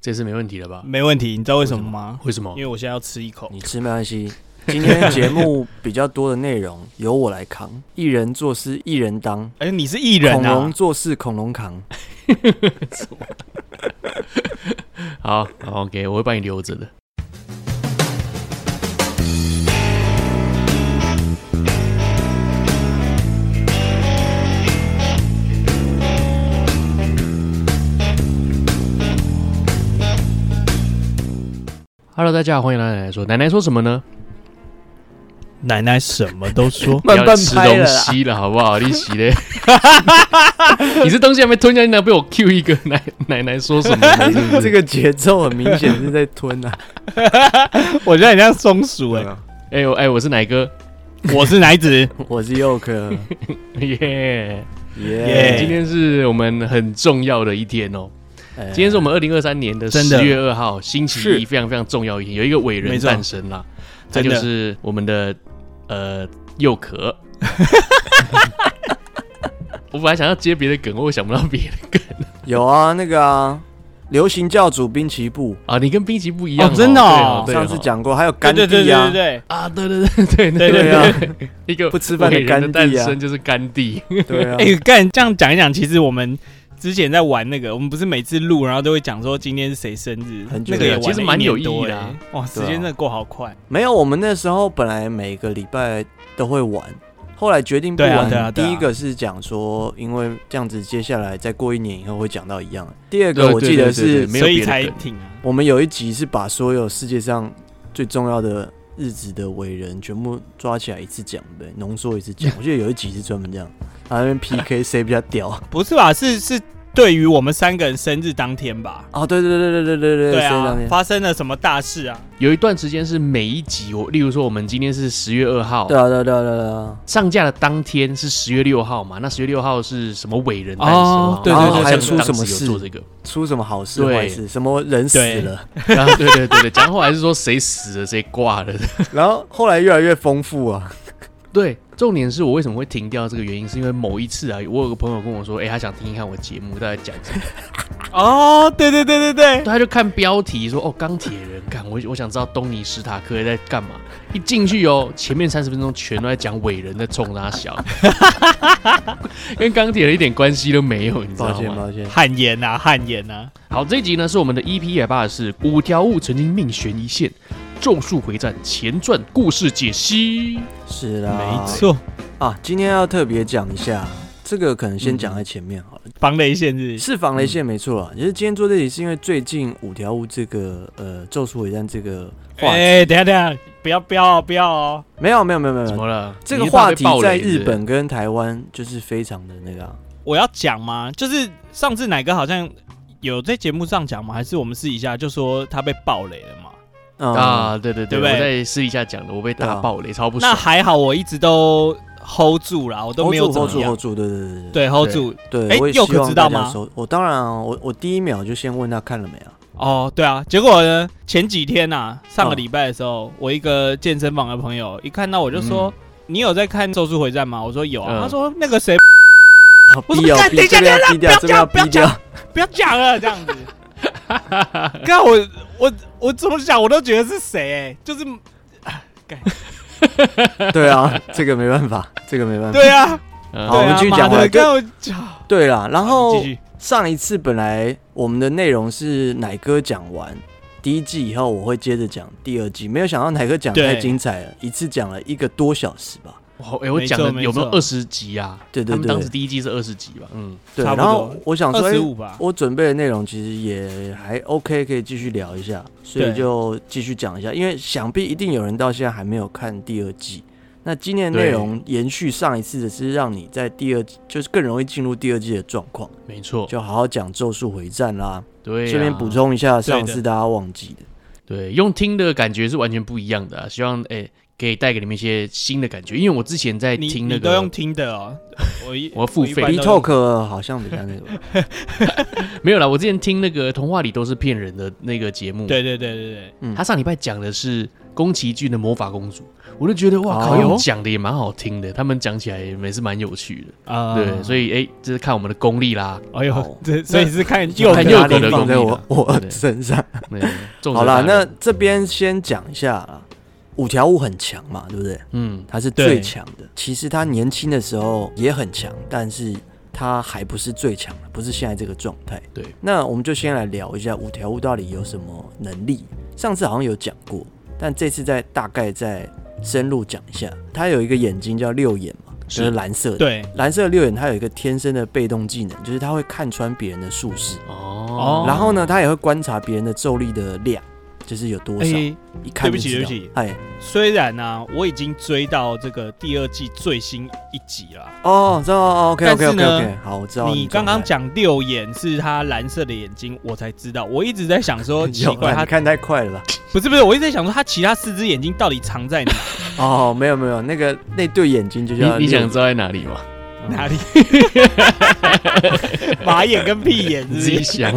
这次没问题了嗯吧？没问题，你知道为什么吗？为什么因？为我现在要吃一口。你吃没关系。今天节目比较多的内容由我来扛，一人做事一人当，哎，你是艺人恐啊龙？做事恐龙扛。，好好，OK，我会帮你留着的。Hello，大家好，欢迎来到奶奶说。奶奶说什么呢？奶奶什么都说不慢要半吃拍了东啦西了，好不好？你洗 嘞！你这东西还没吞下去呢，被我 Q 一个奶奶奶说什么呢？是不是 这个节奏很明显是在吞啊！ 我觉得很像松鼠哎、哎、我哎、我是奶哥，我是奶子，我是佑科， 耶、耶今耶！天是我们很重要的一天哦，今今天是我们二零二三年的真的十月二号，星期一，是非常非常重要一天，有一个伟人没错诞生啦，这真的就是我们的呃幼可。我本来想要接别的梗，我想不到别的梗有啊，那个啊，流行教主滨崎步啊。你跟滨崎不一样、哦真的哦对哦对哦上次讲过，还有对甘对对地对啊，对啊，对对对对对对对啊，一个不吃饭的伟人的甘地诞啊生就是甘地，对 啊，对，哎、干这样讲一讲，其实我们之前在玩那个，我们不是每次录，然后都会讲说今天是谁生日，很久那个也玩了其实蛮一年有意义多的哎啊哇，时对啊间真的过好快，没有，我们那时候本来每个礼拜都会玩，后来决定不玩。对啊对啊对啊第一个是讲说，因为这样子接下来再过一年以后会讲到一样的。第二对个对我记得是对对没有所以别的才梗挺啊。我们有一集是把所有世界上最重要的日子的伟人全部抓起来一次讲，对，浓缩一次讲。我记得有一集是专门这样，然后那边 PK 谁比较屌。不是吧？是是对于我们三个人生日当天吧？哦，对对对对对对对对谁啊当，天？发生了什么大事啊？有一段时间是每一集，我例如说我们今天是十月二号，对啊对啊对啊对啊对啊。上架的当天是十月六号嘛？那十月六号是什么伟人诞生哦啊？对然后对对好像对当对时出什么有事做这个？ 出什么好事对坏事？什么人死对了？然啊后对对对对，讲后来是说谁死了谁挂了。然后后来越来越丰富啊。 对，重点是我为什么会停掉这个原因，是因为某一次啊，我有个朋友跟我说，哎、他想听一看我节目，大家讲 什么？哦，对对对对对对，，他就看标题说，哦，钢铁人，看我我想知道东尼史塔克在干嘛。一进去哦，前面三十分钟全都在讲伟人在冲他笑， 跟钢铁人一点关系都没有，你知抱道歉吗？抱歉，汗颜呐，汗颜啊呐，好，这一集呢是我们的 E EP 一百八十四，五条悟曾经命悬一线，《咒术回战》前传故事解析。是啦，没错，啊，今天要特别讲一下，这个可能先讲嗯在前面好了。防雷限制是防雷线没嗯错啦，其实今天做这里是因为最近五条悟这个呃《咒术回战》这个话题，哎，等一下等一下，不要不要不要哦！没有没有没有没有怎没有，么了？呃这你个是怕话被题爆在雷是不是日，本跟台湾就是非常的那个啊、我要讲吗？就是上次奶哥好像有在节目上讲吗？还是我们私底下就说他被爆雷了嘛？嗯啊，对对对，对不对我在私底下讲的，我被大爆啊雷，超不那爽。还好，我一直都 hold 住啦，我都没有 hold 怎住 hold 么住样 hold。住，对对对对对，hold 住。对哎我也佑可希望知道大家吗收我当然啊、我我第一秒就先问他看了没啊？哦，对啊，结果呢，前几天呐、上个嗯礼拜的时候，我一个健身房的朋友一看到我就说：“嗯你有在看《咒术回战》吗？”我说：“有啊。嗯他说：“那个谁，啊我怎么逼哦看逼等一下这边要等逼一掉，下这边要不要逼讲掉，不要讲了，这样子。”看我，我，我怎么想，我都觉得是谁、欸，就是，对啊，这个没办法，这个没办法。对啊，嗯好对我们啊继续妈讲回的来就看我，对啦，然后继续，上一次本来我们的内容是奶哥讲完第一季以后，我会接着讲第二季，没有想到奶哥讲对太精彩了，一次讲了一个多小时吧。哇哎，我没错讲的有没有没错二十集啊？对对他们当对时第一季是二十集吧？嗯，对，差不然多后我想说，二哎十，五吧。我准备的内容其实也还 OK，可以继续聊一下，所以对就继续讲一下，因为想必一定有人到现在还没有看第二季。那今天的内对容延续上一次的是让你在第二季，就是更容易进入第二季的状况，没错，就好好讲《咒术回战》啦。对啊。顺便补充一下，上对次大家忘记的。对，用听的感觉是完全不一样的、啊，希望诶、可以带给你们一些新的感觉。因为我之前在你听你那都用个，听的哦，我一我付费一般 B 都用 Talk 好像比较那个 吧，没有啦，我之前听那个童话里都是骗人的那个节目，对对对对对，嗯他上礼拜讲的是宫崎骏的《魔法公主》，我就觉得哇靠，哦用讲的也蛮好听的，他们讲起来也是蛮有趣的。嗯啊对，所以以哎，这是看我们的功力啦。 哎呦好， 这所以是看又右看把右它可能放在功力我啦我对身上。对重好责啦，大那任这边先讲一下啦，五条悟很强嘛，对不对？嗯，他是对最强的。其实他年轻的时候也很强，但是他还不是最强的，不是现在这个状态。对，那我们就先来聊一下五条悟到底有什么能力。上次好像有讲过，但这次再大概再深入讲一下。他有一个眼睛叫六眼嘛，就是是蓝色的。对蓝色六眼，它有一个天生的被动技能，就是它会看穿别人的术式，哦哦，然后呢，它也会观察别人的咒力的量，就是有多少，哎，一对看就不起知道对不起哎，虽然呢，我已经追到这个第二季最新一集了。哦，知道哦，OK OK 但是 OK 呢 OK，好，我知道你的状刚态。刚讲六眼是他蓝色的眼睛，我才知道。我一直在想 说，奇有怪，啦，他你看太快了吧？不是不是，我一直在想说他其他四只眼睛到底藏在哪哦，没有没有，那个那对眼睛就你叫你想六知道在哪里 吗？哪里？ 马眼跟屁眼你是自不己是？ 想，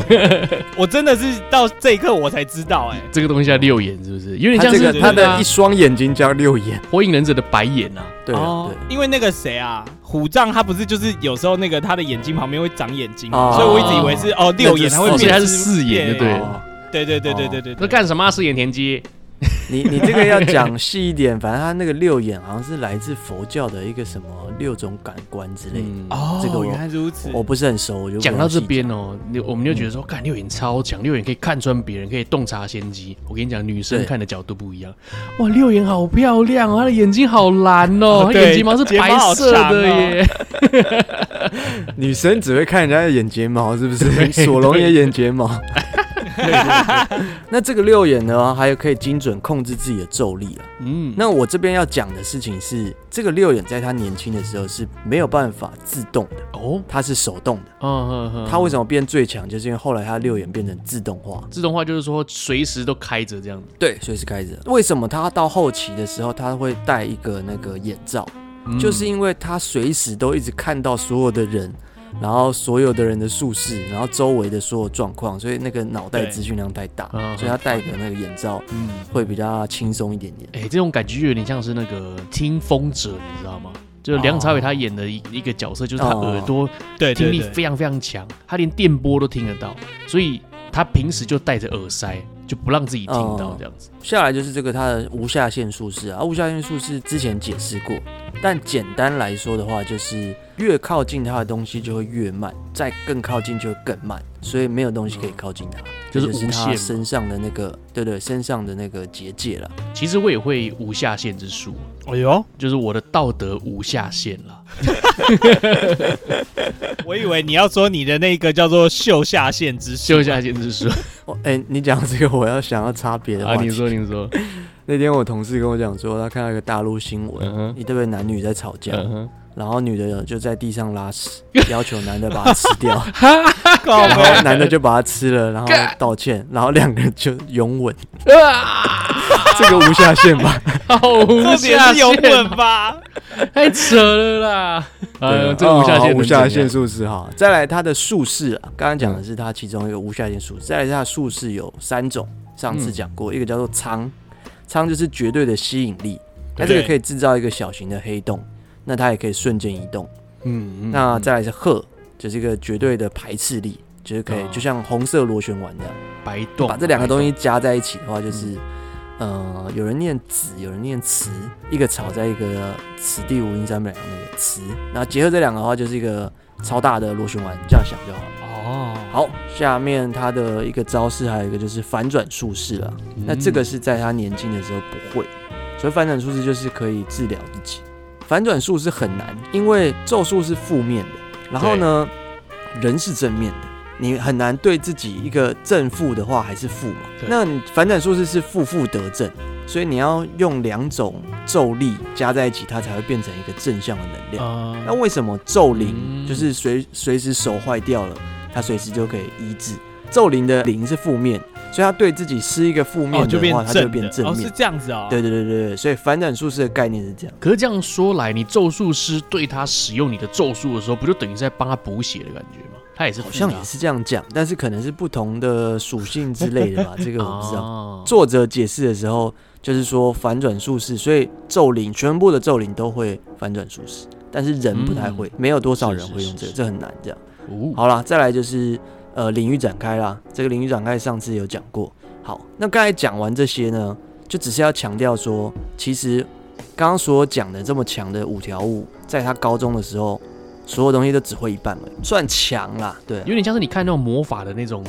我真的是到这一刻我才知道、哎，这个东西叫六眼是不是？有点他像这是个那他的啊一双眼睛叫六眼，火影忍者的白眼啊。对了对，哦因为那个谁啊，虎杖他不是就是有时候那个他的眼睛旁边会长眼睛嘛，哦所以我一直以为是哦六眼，他会哦所以变他成是四眼就对了哦对对对对对对那对，干什么啊？饰演田鸡？你你这个要讲细一点，反正他那个六眼好像是来自佛教的一个什么六种感官之类的，嗯哦，这个我原来如此，我不是很熟，我就不讲到能细这边哦，你我们就觉得说，嗯看六眼超强，六眼可以看穿别人，可以洞察先机。我跟你讲，女生对看的角度不一样。哇，六眼好漂亮哦，她的眼睛好蓝哦，哦她对眼睫毛是睫毛白好色长的哦耶。女生只会看人家的眼睫毛，是不 是？索隆也眼睫毛。那这个六眼呢，还有可以精准控制自己的咒力啊。嗯，那我这边要讲的事情是，这个六眼在他年轻的时候是没有办法自动的，哦，它是手动的。嗯嗯，他为什么？么变最强，就是因为后来他六眼变成自动化，自动化就是说随时都开着这样子。对，随时开着。为什么他到后期的时候，他会戴一个那个眼罩？嗯就是因为他随时都一直看到所有的人，然后所有的人的术式，然后周围的所有状况，所以那个脑袋对资讯量太大嗯，所以他戴个那个眼罩嗯，会比较轻松一点点。嗯哎，这种感觉就有点像是那个听风者，你知道吗？就是梁朝伟他演的一一个角色，就是他哦耳朵对听对力对，非常非常强，他连电波都听得到，所以他平时就戴着耳塞，就不让自己听到哦这样子。下来就是这个他的无下限术式啊，无下限术式之前解释过，但简单来说的话，就是越靠近他的东西就会越慢，再更靠近就会更慢，所以没有东西可以靠近他，就这是就无是限嘛他身上的那个，对对，身上的那个结界了。其实我也会无下限之术，哎呦，就是我的道德无下限啦。我以为你要说你的那个叫做秀下限之术就下限之 术哦，哎、你讲这个，我要想要差别的话啊，题。你说你说，那天我同事跟我讲说，他看到一个大陆新闻，嗯哼，一对男女在吵架，嗯哼，然后女的就在地上拉屎，要求男的把它吃掉，靠然背 后男的就把它吃了，然后道歉，然后两个人就拥吻，啊，这个无下限吧？好无重点下是有限吻，吧？太扯了啦！呃，对这个无下哦好限，无下限，术士哈。再来，它的术式啊，刚刚讲的是它其中一个无下限术士，再来它的术式有三种，上次讲过，一个叫做苍，苍就是绝对的吸引力，它这个对可以制造一个小型的黑洞，那它也可以瞬间移动。嗯，嗯那嗯再来是鹤，就是一个绝对的排斥力，就是可以、哦就像红色螺旋丸这样，白洞，把这两个白洞东西加在一起的话，就是、呃，有人念子，有人念词，一个草在一个此地无银三百两那个词，然后结合这两个的话，就是一个超大的螺旋丸，这样想就好了。哦，好，下面它的一个招式，还有一个就是反转术式了。那这个是在他年轻的时候不会，所以反转术士就是可以治疗自己。反转术是很难，因为咒术是负面的，然后呢，人是正面的，你很难对自己一个正负的话还是负嘛对。那你反转术士是负负得正，所以你要用两种咒力加在一起，它才会变成一个正向的能量。那嗯，为什么咒灵嗯就是随随时手坏掉了，它随时就可以医治？咒灵的灵是负面，所以它对自己施一个负哦面就的变话，它正就的变正哦，面是。这样子哦，对对对对对，所以反转术士的概念是这样。可是这样说来，你咒术师对他使用你的咒术的时候，不就等于是在帮他补血的感觉吗？他也是好负的啊、像也是这样讲，但 是可能是不同的属性之类的吧，这个我不知道。哦作者解释的时候就是说反转术士，所以咒灵全部的咒灵都会反转术士，但是人不太会，没有多少人会用嗯是这个，是这很难这样。哦，好啦，再来就是呃领域展开啦，这个领域展开上次有讲过。好，那刚才讲完这些呢，就只是要强调说，其实刚刚所讲的这么强的五条悟，在他高中的时候，所有东西都只会一半了，算强啦，对啊，有点像是你看那种魔法的那种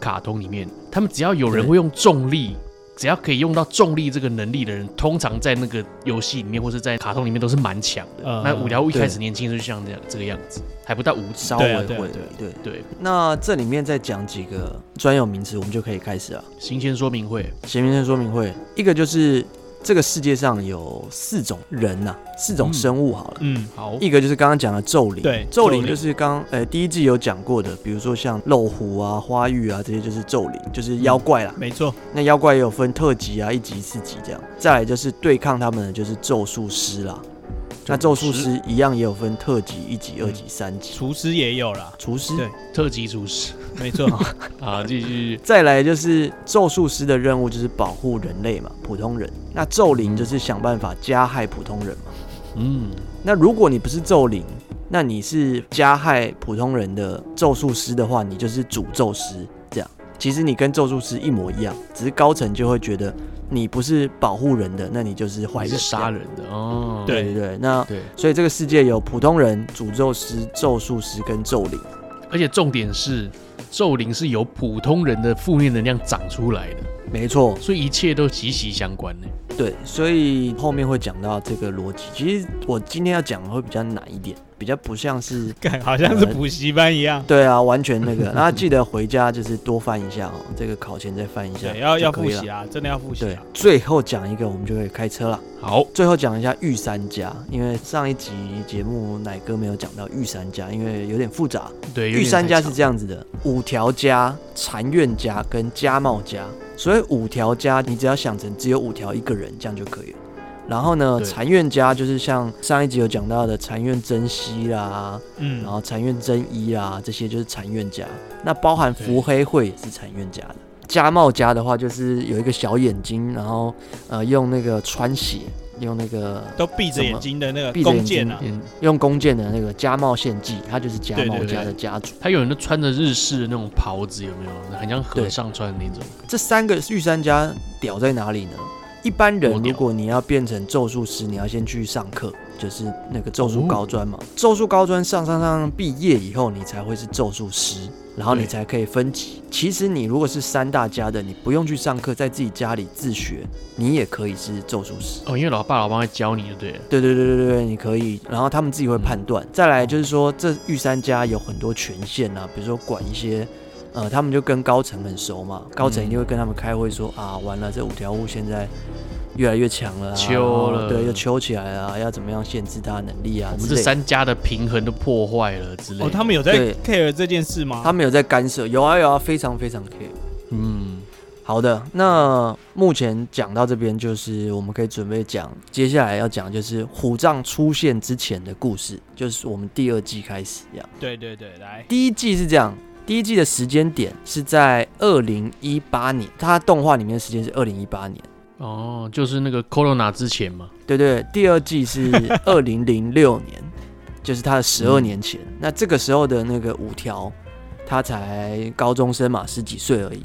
卡通里面，他们只要有人会用重力，只要可以用到重力这个能力的人，通常在那个游戏里面或是在卡通里面都是蛮强的。嗯呃那五条悟一对开始年轻的时候就像这样这个样子，还不到五指。稍微对啊会对啊而已，对啊对。对，那这里面再讲几个专有名词，我们就可以开始啊了。新鲜说明会，贤明生说明会，一个就是这个世界上有四种人呐、四种生物好了。嗯，好，一个就是刚刚讲的咒灵，对咒咒灵灵就是刚呃第一季有讲过的，比如说像漏狐啊、花玉啊这些就是咒灵，就是妖怪啦。没错，那妖怪也有分特级啊、一级、四级这样。再来就是对抗他们的就是咒术师啦，那咒术师一样也有分特级、一级、二级、三级。厨师也有啦，厨师，嗯对特级厨师 没错，哦啊，继续再来就是咒术师的任务就是保护人类嘛，普通人。那咒灵就是想办法加害普通人嘛。嗯，那如果你不是咒灵，那你是加害普通人的咒术师的话，你就是诅咒师。这样，其实你跟咒术师一模一样，只是高层就会觉得你不是保护人的，那你就是坏还人。是杀。人的哦，对对对对，那对，所以这个世界有普通人、诅咒师、咒术师跟咒灵。而且重点是。咒灵是由普通人的负面能量长出来的，没错，所以一切都息息相关呢。对，所以后面会讲到这个逻辑。其实我今天要讲的会比较难一点，比较不像是 干好像是补习班一样，对啊，完全那个。那记得回家就是多翻一下哦，这个考前再翻一下，对，要要就复可以了习。啊，真的要复习对啊，，最后讲一个，我们就可以开车了。好，最后讲一下御三家，因为上一集节目奶哥没有讲到御三家，因为有点复杂。对，有御点三太家长是这样子的：五条家、禅院家跟家茂家。所以五条家，你只要想成只有五条一个人，这样就可以了。然后呢，对禅院家就是像上一集有讲到的禅院真希啦，嗯然，后禅院真一啦，这些就是禅院家。那包含伏黑会也是禅院家的。家茂家的话，就是有一个小眼睛，然后呃用那个穿血，用那个都闭着眼睛的那个闭着弓眼睛箭啊，嗯用弓箭的那个家茂献祭，他就是家对对茂家对的家主。还有人都穿着日式的那种袍子，有没有？很像和对尚穿的那种。这三个御三家屌在哪里呢？一般人多屌如果你要变成咒术师，你要先去上课，就是那个咒术高专嘛。咒术高专上上上毕业以后，你才会是咒术师，然后你对才可以分级。其实你如果是三大家的，你不用去上课，在自己家里自学，你也可以是咒术师。哦，因为老爸老妈会教你就对了。对对对对对，你可以，然后他们自己会判断。再来就是说，这御三家有很多权限啊，比如说管一些，呃，他们就跟高层很熟嘛，高层一定会跟他们开会说、啊，完了，这五条悟现在越来越强了、啊，秋然后了对，又秋起来了啊、要怎么样限制他的能力啊我们之这类的。三家的平衡都破坏了之类的。哦，他们有在对 care 这件事吗？他们有在干涉，有啊有啊，非常非常 care。嗯，好的，那目前讲到这边，就是我们可以准备讲接下来要讲，就是虎杖出现之前的故事，就是我们第二季开始这样。对对对，来，第一季是这样，第一季的时间点是在二零一八年，它动画里面的时间是二零一八年。哦，就是那个 Corona 之前嘛。对对，第二季是二零零六年，就是他的十二年前。那这个时候的那个五条，他才高中生嘛，十几岁而已。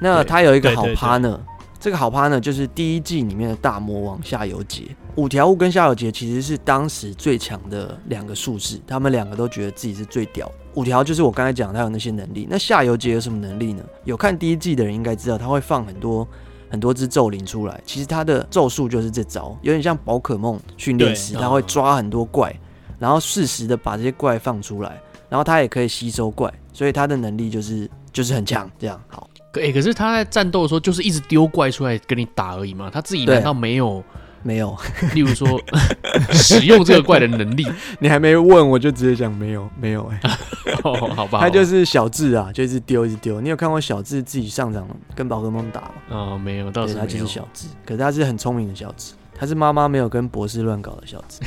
那对他有一个对好对对 partner，这个好 partner 就是第一季里面的大魔王夏油杰。五条悟跟夏油杰其实是当时最强的两个术士，他们两个都觉得自己是最屌的。五条就是我刚才讲他有那些能力，那夏油杰有什么能力呢？有看第一季的人应该知道，他会放很多很多只咒灵出来。其实他的咒术就是这招，有点像宝可梦训练师，对他会嗯抓很多怪，然后适时的把这些怪放出来，然后他也可以吸收怪，所以他的能力就是就是很强。这样好，可哎、可是他在战斗的时候，就是一直丢怪出来跟你打而已嘛。他自己对难道没有，没有，例如说 使用这个怪的能力？ 你还没问我就直接讲没有没 有哎、哦，好吧，他就是是小智啊，就一直丢一直丢。你有看过小智自己上场跟宝可梦打吗？哦，没有，倒对，是他没就是有。小智，可是他是很聪明的小智，他是妈妈没有跟博士乱搞的小 智。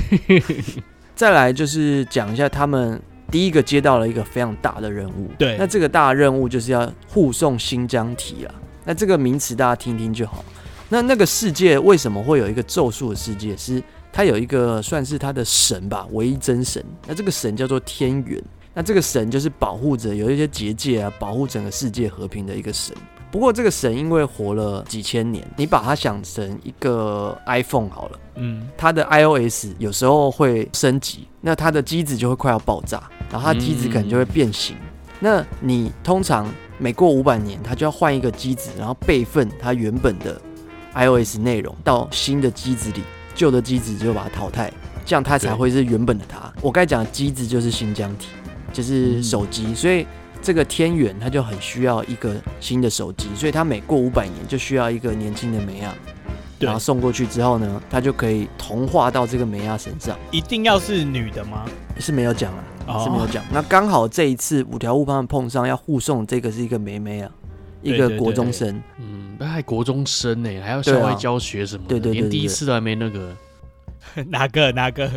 再来就是讲一下他们第一个接到了一个非常大的任务，对那这个大的任务就是要护送新疆体啊。那这个名词大家听听就好。那那个世界为什么会有一个咒术的世界？是它有一个算是它的神吧，唯一真神。那这个神叫做天元，那这个神就是保护着有一些结界啊，保护整个世界和平的一个神。不过这个神因为活了几千年，你把它想成一个 iPhone 好了，嗯，它的 iOS 有时候会升级，那它的机子就会快要爆炸，然后它机子可能就会变形。那你通常每过五百年，它就要换一个机子，然后备份它原本的 iOS 内容到新的机子里，旧的机子就把它淘汰，这样它才会是原本的它。我该讲的机子就是新疆体，就是手机，嗯所以这个天元它就很需要一个新的手机，所以它每过五百年就需要一个年轻的梅亚。对然后送过去之后呢，它就可以同化到这个梅亚身上，一定要是女的吗？是没有讲啊，哦是没有讲。那刚好这一次五条悟他们碰上要护送这个是一个梅梅啊，一对个对国中对生，嗯，那还国中生呢，还要对校啊外教学什么的，对对对连对第一对次都还没那个。哦哪个哪个？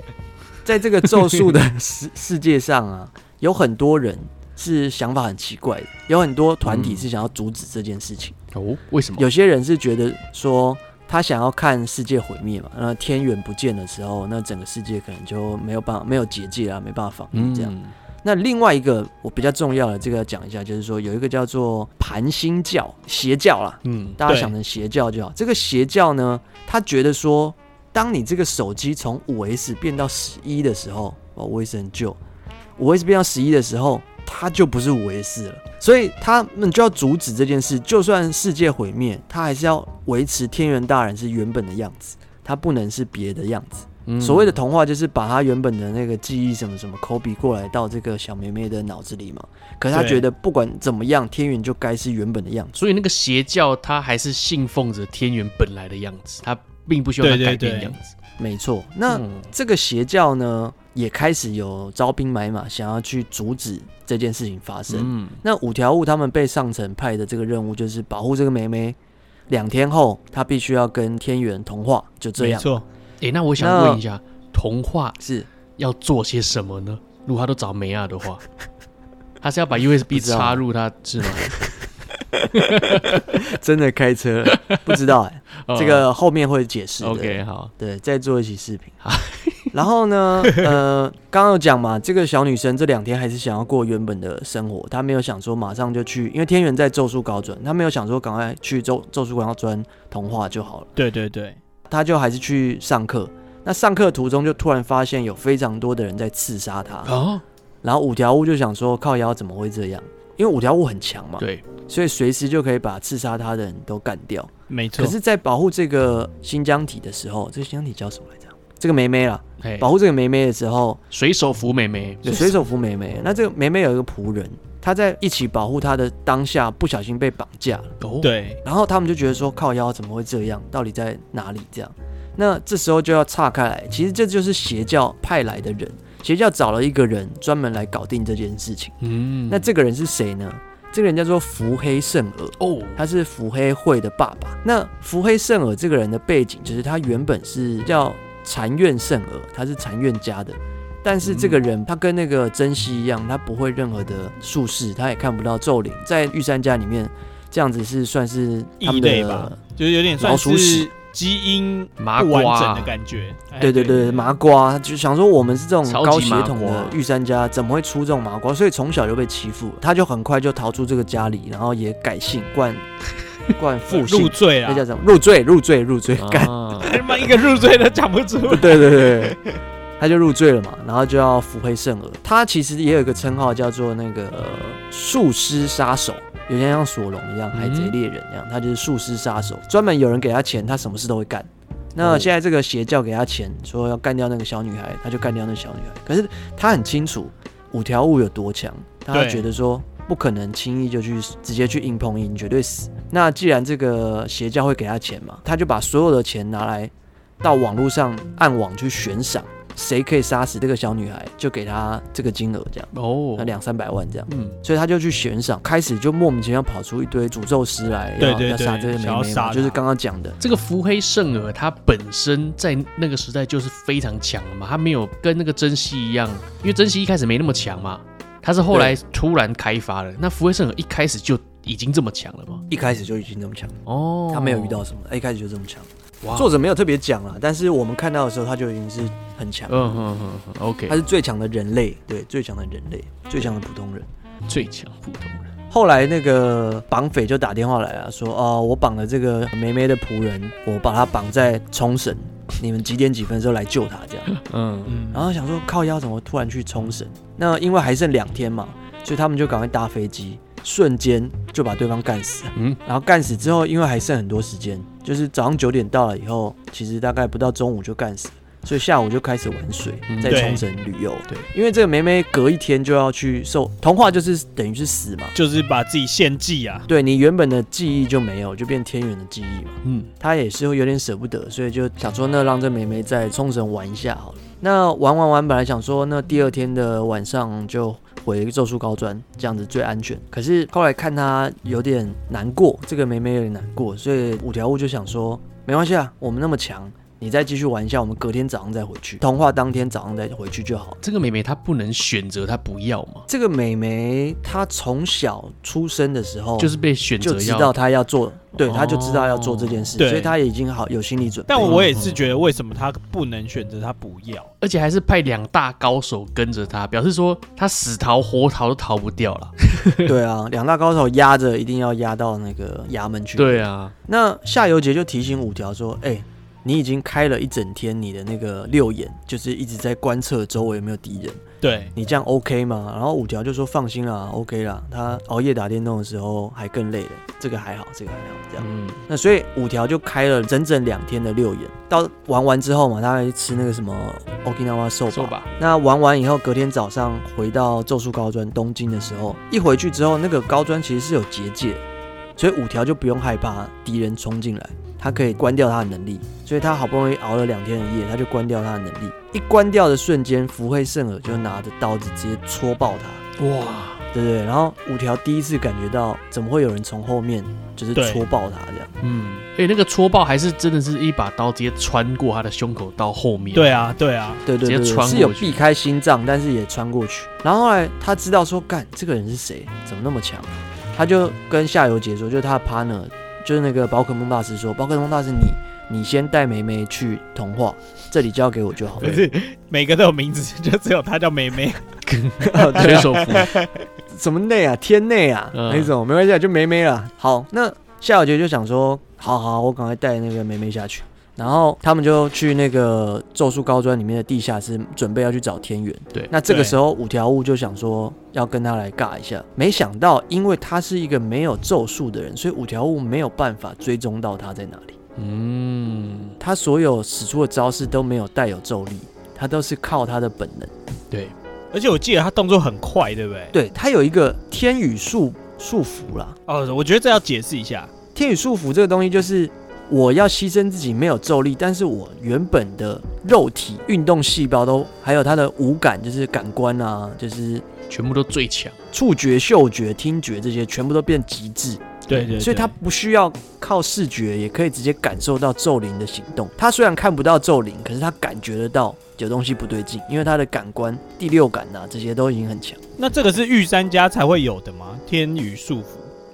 在这个咒术的世世界上啊，有很多人是想法很奇怪的，有很多团体嗯是想要阻止这件事情。哦，为什么？有些人是觉得说，他想要看世界毁灭嘛，那天元不见的时候，那整个世界可能就没有办法没有结界啊，没办法防御这样。嗯，那另外一个我比较重要的这个要讲一下，就是说有一个叫做盘星教邪教啦，嗯，大家对想成邪教就好。这个邪教呢，他觉得说，当你这个手机从五 S 变到十一的时候，哦，五 S 很旧，五 S 变到十一的时候，它就不是五 S 了。所以他们就要阻止这件事，就算世界毁灭，他还是要维持天元大人是原本的样子，他不能是别的样子。嗯所谓的童话就是把他原本的那个记忆什么什么 copy 过来到这个小妹妹的脑子里嘛。可是他对觉得不管怎么样，天元就该是原本的样子。所以那个邪教，它还是信奉着天元本来的样子，它并不需要它对对改变对样子。没错，那、嗯这个邪教呢，也开始有招兵买马，想要去阻止这件事情发生。嗯，那五条悟他们被上层派的这个任务就是保护这个梅梅，两天后他必须要跟天元同化，就这没样。错，诶，那我想那问一下，童话是要做些什么呢？如果他都找梅亚的话， 他是要把 USB 不知道插入他是吗？ 真的开车了，不知道哎、哦这个后面会解释的。 OK 好，对，再做一期视频。 然后呢，呃，刚刚有讲嘛，这个小女生这两天还是想要过原本的生活，她没有想说马上就去，因为天元在咒术高专，她没有想说赶快去咒咒术高专同化就好了，对对对，她就还是去上课。那上课途中就突然发现有非常多的人在刺杀她，哦，然后五条悟就想说靠腰怎么会这样？因为五条悟很强嘛，对，所以随时就可以把刺杀她的人都干掉。没错可。是，在保护这个新疆体的时候，这个新疆体叫什么来着？这个梅梅啦，哎，保护这个梅梅的时候，水手服妹妹，有水手服梅梅。那这个梅梅有一个仆人，他在一起保护她的当下，不小心被绑架了。哦，对，然后他们就觉得说，靠腰怎么会这样？到底在哪里？这样，那这时候就要岔开来。其实这就是邪教派来的人，邪教找了一个人专门来搞定这件事情。嗯，那这个人是谁呢？这个人叫做伏黑圣尔。哦，他是伏黑会的爸爸。那伏黑圣尔这个人的背景，就是他原本是叫禅院圣尔，他是禅院家的。但是这个人，他跟那个珍惜一样，他不会任何的术士，他也看不到咒灵。在御三家里面，这样子是算是他们异类吧的，就是有点算老鼠是屎基因麻不完整瓜的，感觉。哎对对对，麻瓜就想说我们是这种超级高血统麻的瓜御三家，怎么会出这种麻瓜？所以从小就被欺负了，他就很快就逃出这个家里，然后也改姓冠冠 复入姓，赘那啊叫，什么？入赘，入赘，入赘，干、啊，他妈一个入赘都讲不出来。 对对对，他就入赘了嘛，然后就要伏黑圣娥。他其实也有一个称号叫做那个呃术师杀手，有点像索隆一样，海贼猎人一样，他就是术师杀手，专门有人给他钱，他什么事都会干。那哦现在这个邪教给他钱，说要干掉那个小女孩，他就干掉那个小女孩。可是他很清楚五条悟有多强，他对觉得说不可能轻易就去直接去硬碰硬，绝对死。那既然这个邪教会给他钱嘛，他就把所有的钱拿来到网络上暗网去悬赏，谁可以杀死这个小女孩，就给他这个金额这样，哦那，两三百万这样。嗯，所以他就去悬赏，开始就莫名其妙跑出一堆诅咒师来，对要对要对杀这个妹想要妹杀她嘛，就是刚刚讲的。这个伏黑圣尔他本身在那个时代就是非常强了嘛，他没有跟那个珍惜一样，因为珍惜一开始没那么强嘛，他是后来突然开发的。那伏黑圣尔一开始就已已经这么强了吗？一开始就已经这么强，哦，他没有遇到什么，他一开始就这么强。哇作者没有特别讲啦，但是我们看到的时候，他就已经是很强，嗯嗯嗯嗯，OK，他是最强的人类，对，最强的人类，最强的普通人。最强普通人，后来那个绑匪就打电话来了，说：“哦，我绑了这个梅梅的仆人，我把他绑在冲绳，你们几点几分的时候来救他？”这样，嗯，嗯，然后想说靠腰怎么突然去冲绳？那因为还剩两天嘛，所以他们就赶快搭飞机，瞬间就把对方干死。嗯嗯，然后干死之后，因为还剩很多时间，就是早上九点到了以后，其实大概不到中午就干死了。所以下午就开始玩水嗯，在对冲绳旅游。对，因为这个梅梅隔一天就要去受童话，就是等于是死嘛，就是把自己献祭啊，对你原本的记忆就没有，就变天元的记忆嘛。嗯，他也是会有点舍不得，所以就想说，那让这梅梅在冲绳玩一下好了。那玩玩玩，本来想说，那第二天的晚上就回咒术高专，这样子最安全。可是后来看她有点难过，这个梅梅有点难过，所以五条悟就想说，没关系啊，我们那么强，你再继续玩一下，我们隔天早上再回去，童话当天早上再回去就好了。这个妹妹她不能选择她不要嘛，这个美眉她从小出生的时候就是被选就择知道要，他要做，对，哦他就知道要做这件事，对所以他也已经好有心理准备。但我也是觉得，为什么他不能选择他不要？而且还是派两大高手跟着她，表示说她死逃活逃都逃不掉了。 对啊，两大高手压着，一定要压到那个衙门去。，对啊，那夏油杰就提醒五条说：“哎、你已经开了一整天，你的那个六眼就是一直在观测周围有没有敌人，对，你这样 OK 吗？”然后五条就说：“放心啦，OK 啦，他熬夜打电动的时候还更累了，这个还好，这个还好，这样。”嗯，那所以五条就开了整整两天的六眼，到玩完之后嘛，他还去吃那个什么 Okinawa 寿说吧。吧，那玩完以后，隔天早上回到咒术高专东京的时候，一回去之后，那个高专其实是有结界，所以五条就不用害怕敌人冲进来，他可以关掉他的能力。所以他好不容易熬了两天的夜，他就关掉他的能力。一关掉的瞬间，福黑圣尔就拿着刀子直接戳爆他。哇，对不对？然后五条第一次感觉到，怎么会有人从后面就是对戳爆他这样？嗯，哎、那个戳爆还是真的是一把刀直接穿过她的胸口到后面。对啊，对啊，对对对直接对穿是有过去避开心脏，但是也穿过去。然后后来他知道说，干这个人是谁，怎么那么强？他就跟夏油杰说，就是他的 partner，就是那个宝可梦大师说，宝可梦大师你你先带梅梅去童话，这里交给我就好了可。是每个都有名字，就只有他叫妹妹。啊水啊手 服，什么内啊，天内啊、嗯那种，没关系啊，就梅梅啦。好，那夏小杰就想说，好好，我赶快带那个梅梅下去。然后他们就去那个咒术高专里面的地下室，准备要去找天元。对那这个对时候五条悟就想说要跟他来尬一下，没想到因为他是一个没有咒术的人，所以五条悟没有办法追踪到他在哪里。嗯，他所有使出的招式都没有带有咒力，他都是靠他的本能。对， 而且我记得他动作很快，对不对？对他有一个天宇束束缚啦，哦，我觉得这要解释一下。天宇束缚这个东西，就是我要牺牲自己没有咒力，但是我原本的肉体运动细胞都还有它的五感，就是感官啊，就是全部都最强，触觉、嗅觉、听觉这些全部都变极致，对对所以它不需要靠视觉也可以直接感受到咒灵的行动。它虽然看不到咒灵，可是它感觉得到有东西不对劲，因为它的感官、第六感啊这些都已经很强。那这个是御三家才会有的吗？天宇束缚。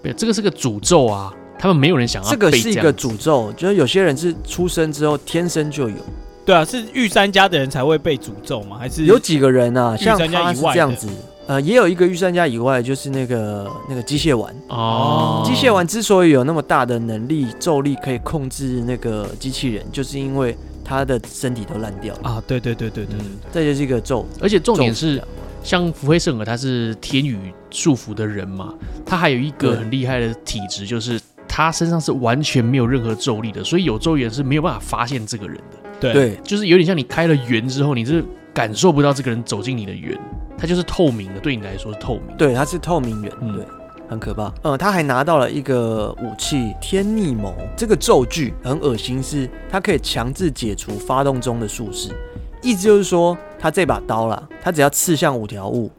对，这个是个诅咒啊，他们没有人想要这个被是一样个子诅咒，就是有些人是出生之后天生就有。对啊，是御三家的人才会被诅咒吗？还是有几个人啊，像御三家他以是外的这样子，呃，也有一个御三家以外，就是那个那个机械丸。哦，机械丸之所以有那么大的能力、咒力可以控制那个机器人，就是因为他的身体都烂掉了，啊？对对对对对对嗯，这就是一个咒。而且重点咒是诅啊，像福黑圣尔，他是天宇束缚的人嘛，他还有一个对很厉害的体质，就是他身上是完全没有任何咒力的，所以有咒人是没有办法发现这个人的，嗯对对就是有点像你开了圆之后，你是感受不到这个人走进你的圆，他就是透明的，对你来说是透明的。对，他是透明人，嗯对。很可怕，呃，他还拿到了一个武器“天逆谋”这个咒具，很恶心，是它可以强制解除发动中的术士，意思就是说，他这把刀啦，他只要刺向五条悟，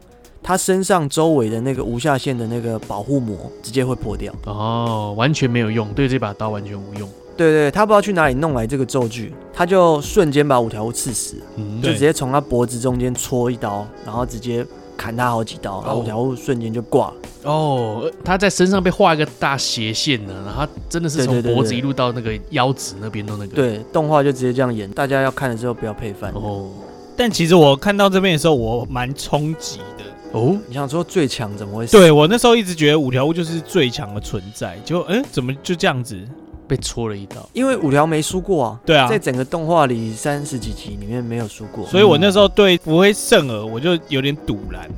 他身上周围的那个无下限的那个保护膜直接会破掉。哦，完全没有用，对这把刀完全无用。对对，他不知道去哪里弄来这个咒具，他就瞬间把五条悟刺死了，嗯就对直接从他脖子中间戳一刀，然后直接砍他好几刀，然后哦然后瞬间就挂了。哦，呃他在身上被画一个大斜线呢，然后他真的是从对对对脖子对一路到那个腰子那边的那个。，对，动画就直接这样演，大家要看的时候不要配饭。哦但其实我看到这边的时候，我蛮冲击的。哦，你想说最强怎么会死？对我那时候一直觉得五条悟就是最强的存在，结果哎、诶怎么就这样子？被戳了一刀。因为五条没输过啊，对啊在整个动画里三十几集里面没有输过，嗯所以我那时候对福威胜尔我就有点堵然。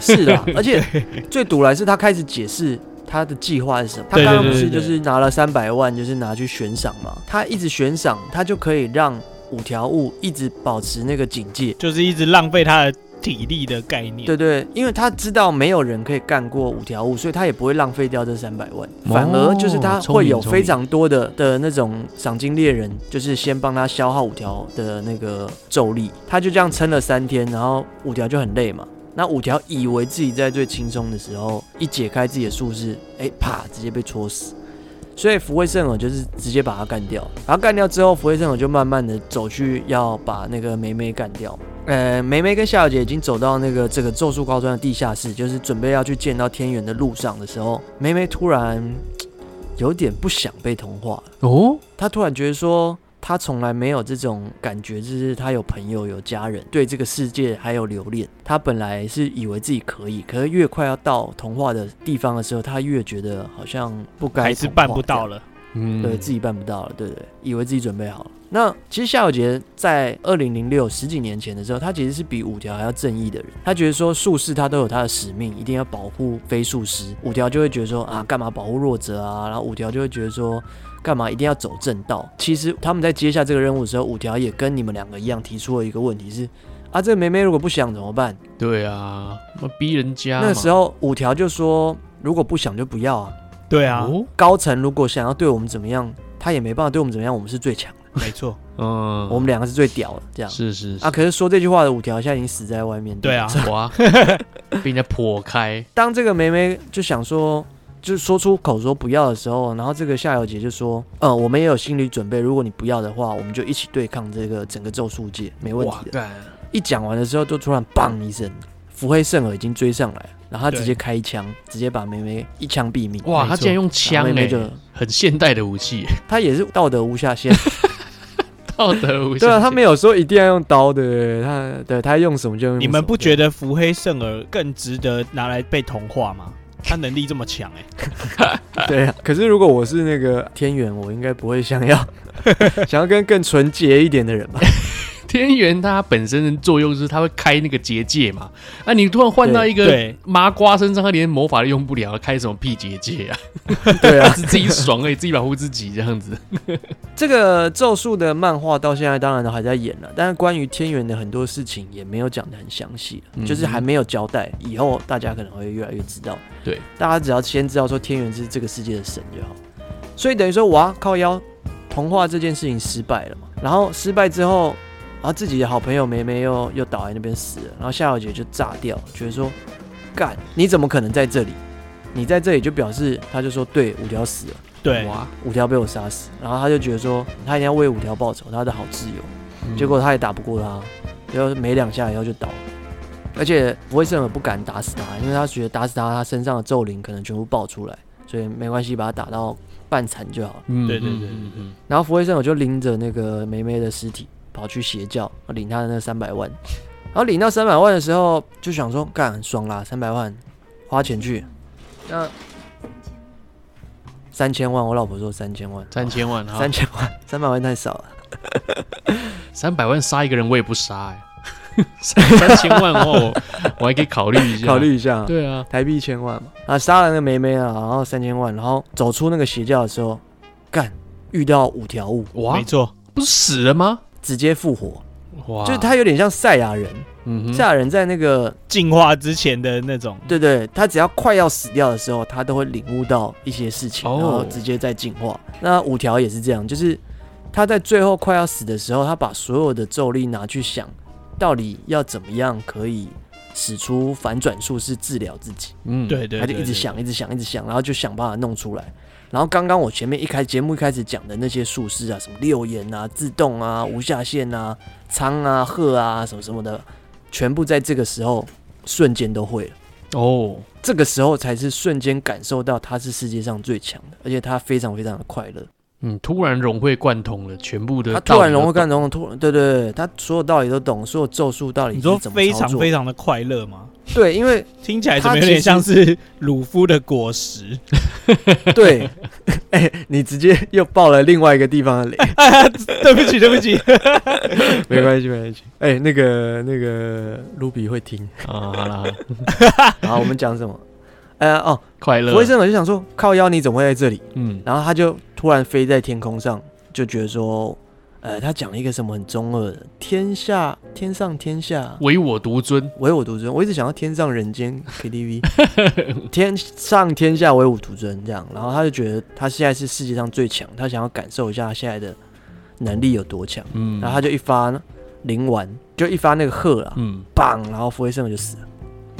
是 的，而且最堵来是他开始解释。他的计划是什么？他对对刚刚不对是对就是拿了三百万，就是拿去悬赏嘛。他一直悬赏，他就可以让五条悟一直保持那个警戒。就是一直浪费他的体力的概念。对对，因为他知道没有人可以干过五条悟，所以他也不会浪费掉这三百万，反而就是他会有非常多的的那种赏金猎人，就是先帮他消耗五条的那个咒力，他就这样撑了三天，然后五条就很累嘛。那五条以为自己在最轻松的时候，一解开自己的术式，哎，啪，直接被戳死。所以福卫圣尔就是直接把他干掉，把他干掉之后，福卫圣尔就慢慢的走去要把那个梅梅干掉。呃，梅梅跟夏小姐已经走到那个这个咒术高专的地下室，就是准备要去见到天元的路上的时候，梅梅突然嘖有点不想被同化了。哦，她突然觉得说，她从来没有这种感觉，就是她有朋友、有家人，对这个世界还有留恋。她本来是以为自己可以，可是越快要到同化的地方的时候，她越觉得好像不该，还是办不到。了。嗯对呃自己办不到了，对对，以为自己准备好了。那其实夏小杰在二零零六十几年前的时候，他其实是比五条还要正义的人。他觉得说术士他都有他的使命，一定要保护非术师。五条就会觉得说啊，干嘛保护弱者啊？然后五条就会觉得说，干嘛一定要走正道？其实他们在接下这个任务的时候，五条也跟你们两个一样提出了一个问题是。啊，这个梅梅如果不想怎么办？对啊，那逼人家嘛。那时候五条就说，如果不想就不要啊。对啊，哦，高层如果想要对我们怎么样，他也没办法对我们怎么样，我们是最强。没错，嗯，我们两个是最屌的，这样是是是啊。可是说这句话的五条现在已经死在外面。对 啊，哇，被人家破开，当这个梅梅就想说，就说出口说不要的时候，然后这个夏小姐就说：“嗯，我们也有心理准备，如果你不要的话，我们就一起对抗这个整个咒术界，没问哇题的。干，”一讲完的时候，就突然砰一声，福黑圣尔已经追上来了，然后他对直接开枪，直接把梅梅一枪毙命。哇，没他错竟然用枪然后梅哎欸梅，啊 就很现代的武器， 他也是道德无下限，道德武器。对啊，他没有说一定要用刀的，对他对他用什么就用什么。你们不得？觉得福黑圣儿更值得拿来被同化吗？他能力这么强哎、对啊，可是如果我是那个天元，我应该不会想要 想要跟更纯洁一点的人吧？天元它本身的作用就是它会开那个结界嘛，啊，你突然换到一个对，麻瓜身上，他连魔法都用不了，开什么屁结界啊？ 对啊，是自己爽而已，自己保护自己这样子。这个咒术的漫画到现在当然都还在演了，但是关于天元的很多事情也没有讲得很详细，嗯就是还没有交代，以后大家可能会越来越知道。对，大家只要先知道说天元是这个世界的神就好。所以等于说，哇，靠腰童话这件事情失败了嘛，然后失败之后。然后自己的好朋友梅梅又又倒在那边死了，然后夏小姐就炸掉，觉得说干，你怎么可能在这里？你在这里就表示，他就说对，五条死了，对，哇，五条被我杀死，然后他就觉得说他一定要为五条报仇，他的好挚友，嗯结果他也打不过他，然后没两下以后就倒了。而且不会圣尔不敢打死他，因为他觉得打死他，他身上的咒灵可能全部爆出来，所以没关系，把他打到半残就好了。嗯对对对嗯嗯然后福卫圣我就拎着那个梅梅的尸体跑去邪教，领他的那三百万。然后领到三百万的时候，就想说干爽啦，三百万花钱去。那三千万，我老婆说三千万，三千万哈三，千 万，三百万太少了。三百万杀一个人我也不杀哎，三 三千万哦，我还可以考虑一下，考虑一下啊，对啊，台币一千万嘛。啊，杀了那个梅梅啊，然后三千万，然后走出那个邪教的时候，干遇到五条悟，哇没，错，不是死了吗？直接复活，哇，就是，他有点像赛亚人，嗯赛哼，亚人在那个进化之前的那种，对对，他只要快要死掉的时候，他都会领悟到一些事情，哦然后直接再进化。那五条也是这样，就是他在最后快要死的时候，他把所有的咒力拿去想，到底要怎么样可以使出反转术是治疗自己，嗯，对对，他就对一直，想，一直想，一直想，然后就想办法弄出来。然后刚刚我前面一开节目一开始讲的那些术式啊，什么六眼啊、自动啊、无下限啊、苍啊、鹤啊什么什么的，全部在这个时候瞬间都会了。哦，这个时候才是瞬间感受到他是世界上最强的，而且他非常非常的快乐。嗯，突然融会贯通了全部的他道理都懂，突然融会贯通，突然对对对，他所有道理都懂，所有咒术道理你是说怎么非操常作非常的快乐吗？对，因为听起来怎他么有其点实像是 鲁夫的果实？ 对，哎、你直接又爆了另外一个地方的雷，对不起，对不 起，没关系没关系。哎、那个那个卢比会听。啊，好啦，好啦好，我们讲什么？呃哦，快乐弗，雷森尔就想说，靠腰你怎么会在这里？嗯，然后他就突然飞在天空上，就觉得说，呃，他讲了一个什么很中二的，天下天上天下唯我独尊，唯我独尊。我一直想要天上人间 KTV，天上天下唯我独尊这样。然后他就觉得他现在是世界上最强，他想要感受一下他现在的能力有多强。嗯，然后他就一发灵丸，就一发那个鹤啊，嗯，棒，然后弗雷圣尔就死了。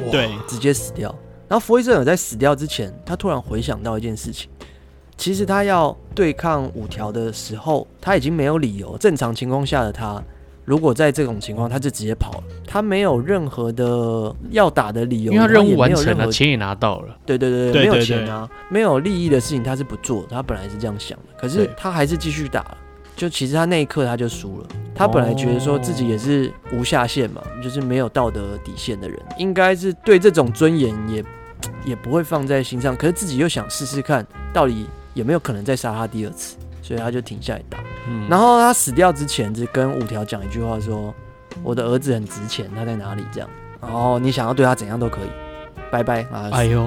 哇对，直接死掉。然后弗雷瑟尔在死掉之前，他突然回想到一件事情，其实他要对抗五条的时候，他已经没有理由。正常情况下的他，如果在这种情况，他就直接跑了，他没有任何的要打的理因由，为他任务然后也没完有成任了，何钱也拿到了，对对对对没有对钱啊，没有利益的事情他是不做的，他本来是这样想的，可是对他还是继续打了。就其实他那一刻他就输了，他本来觉得说自己也是无下限嘛，就是没有道德底线的人，应该是对这种尊严也也不会放在心上，可是自己又想试试看，到底有没有可能再杀他第二次，所以他就停下来打。嗯，然后他死掉之前，只跟五条讲一句话说：“我的儿子很值钱，他在哪里？”这样，然后你想要对他怎样都可以，拜拜啊！哎呦，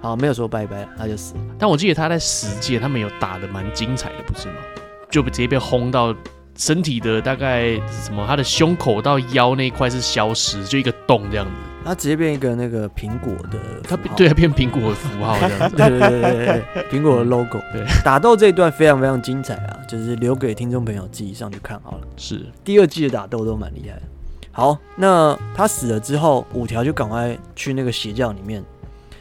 好，没有说拜拜，他就死了。但我记得他在十届他们有打的蛮精彩的，不是吗？就直接被轰到身体的大概什么，他的胸口到腰那一块是消失，就一个洞这样子。他直接变一个那个苹果的符他号，变对他变苹果的符号这 样子。对对对对对对，苹果的 logo。嗯对，打斗这一段非常非常精彩啊，就是留给听众朋友自己上去看好了。是，第二季的打斗都蛮厉害的。好，那他死了之后，五条就赶快去那个邪教里面，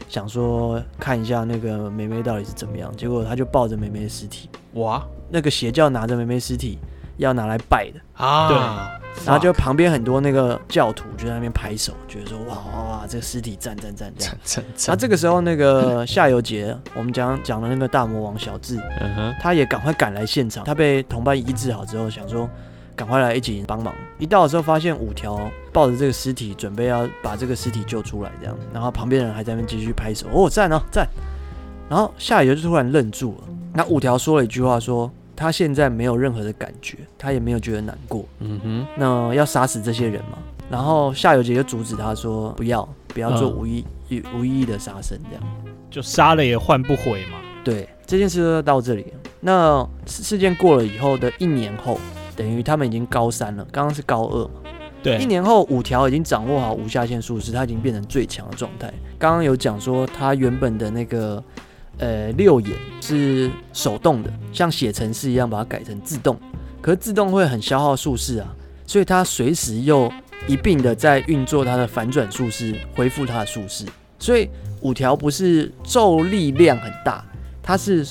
想说看一下那个梅梅到底是怎么样。结果他就抱着梅梅的尸体，哇那个邪教拿着梅梅尸体要拿来拜的，啊，然后就旁边很多那个教徒就在那边拍手，觉得说哇哇哇，这个尸体赞赞赞这样。惨惨然惨后，这个时候，那个 夏油杰，我们讲讲的那个大魔王小智，嗯哼，他也赶快赶来现场。他被同伴医治好之后，想说赶快来一起帮忙。一到的时候，发现五条抱着这个尸体，准备要把这个尸体救出来，这样。然后旁边人还在那边继续拍手，哦赞哦赞。然后夏油就突然愣住了。那五条说了一句话说他现在没有任何的感觉，他也没有觉得难过。嗯哼，那要杀死这些人嘛？然后夏油杰就阻止他说不要不要做嗯无意、无意义的杀生这样。就杀了也换不回嘛。对，这件事就到这里了。那事事件过了以后的一年后，等于他们已经高三了，刚刚是高二嘛。一对，年后，五条已经掌握好无下限术式，他已经变成最强的状态。刚刚有讲说，他原本的那个呃六眼是手动的，像写程式一样把它改成自动，可是自动会很消耗术式啊，所以他随时又一并的在运作他的反转术式，恢复他的术式。所以五条不是咒力量很大，它是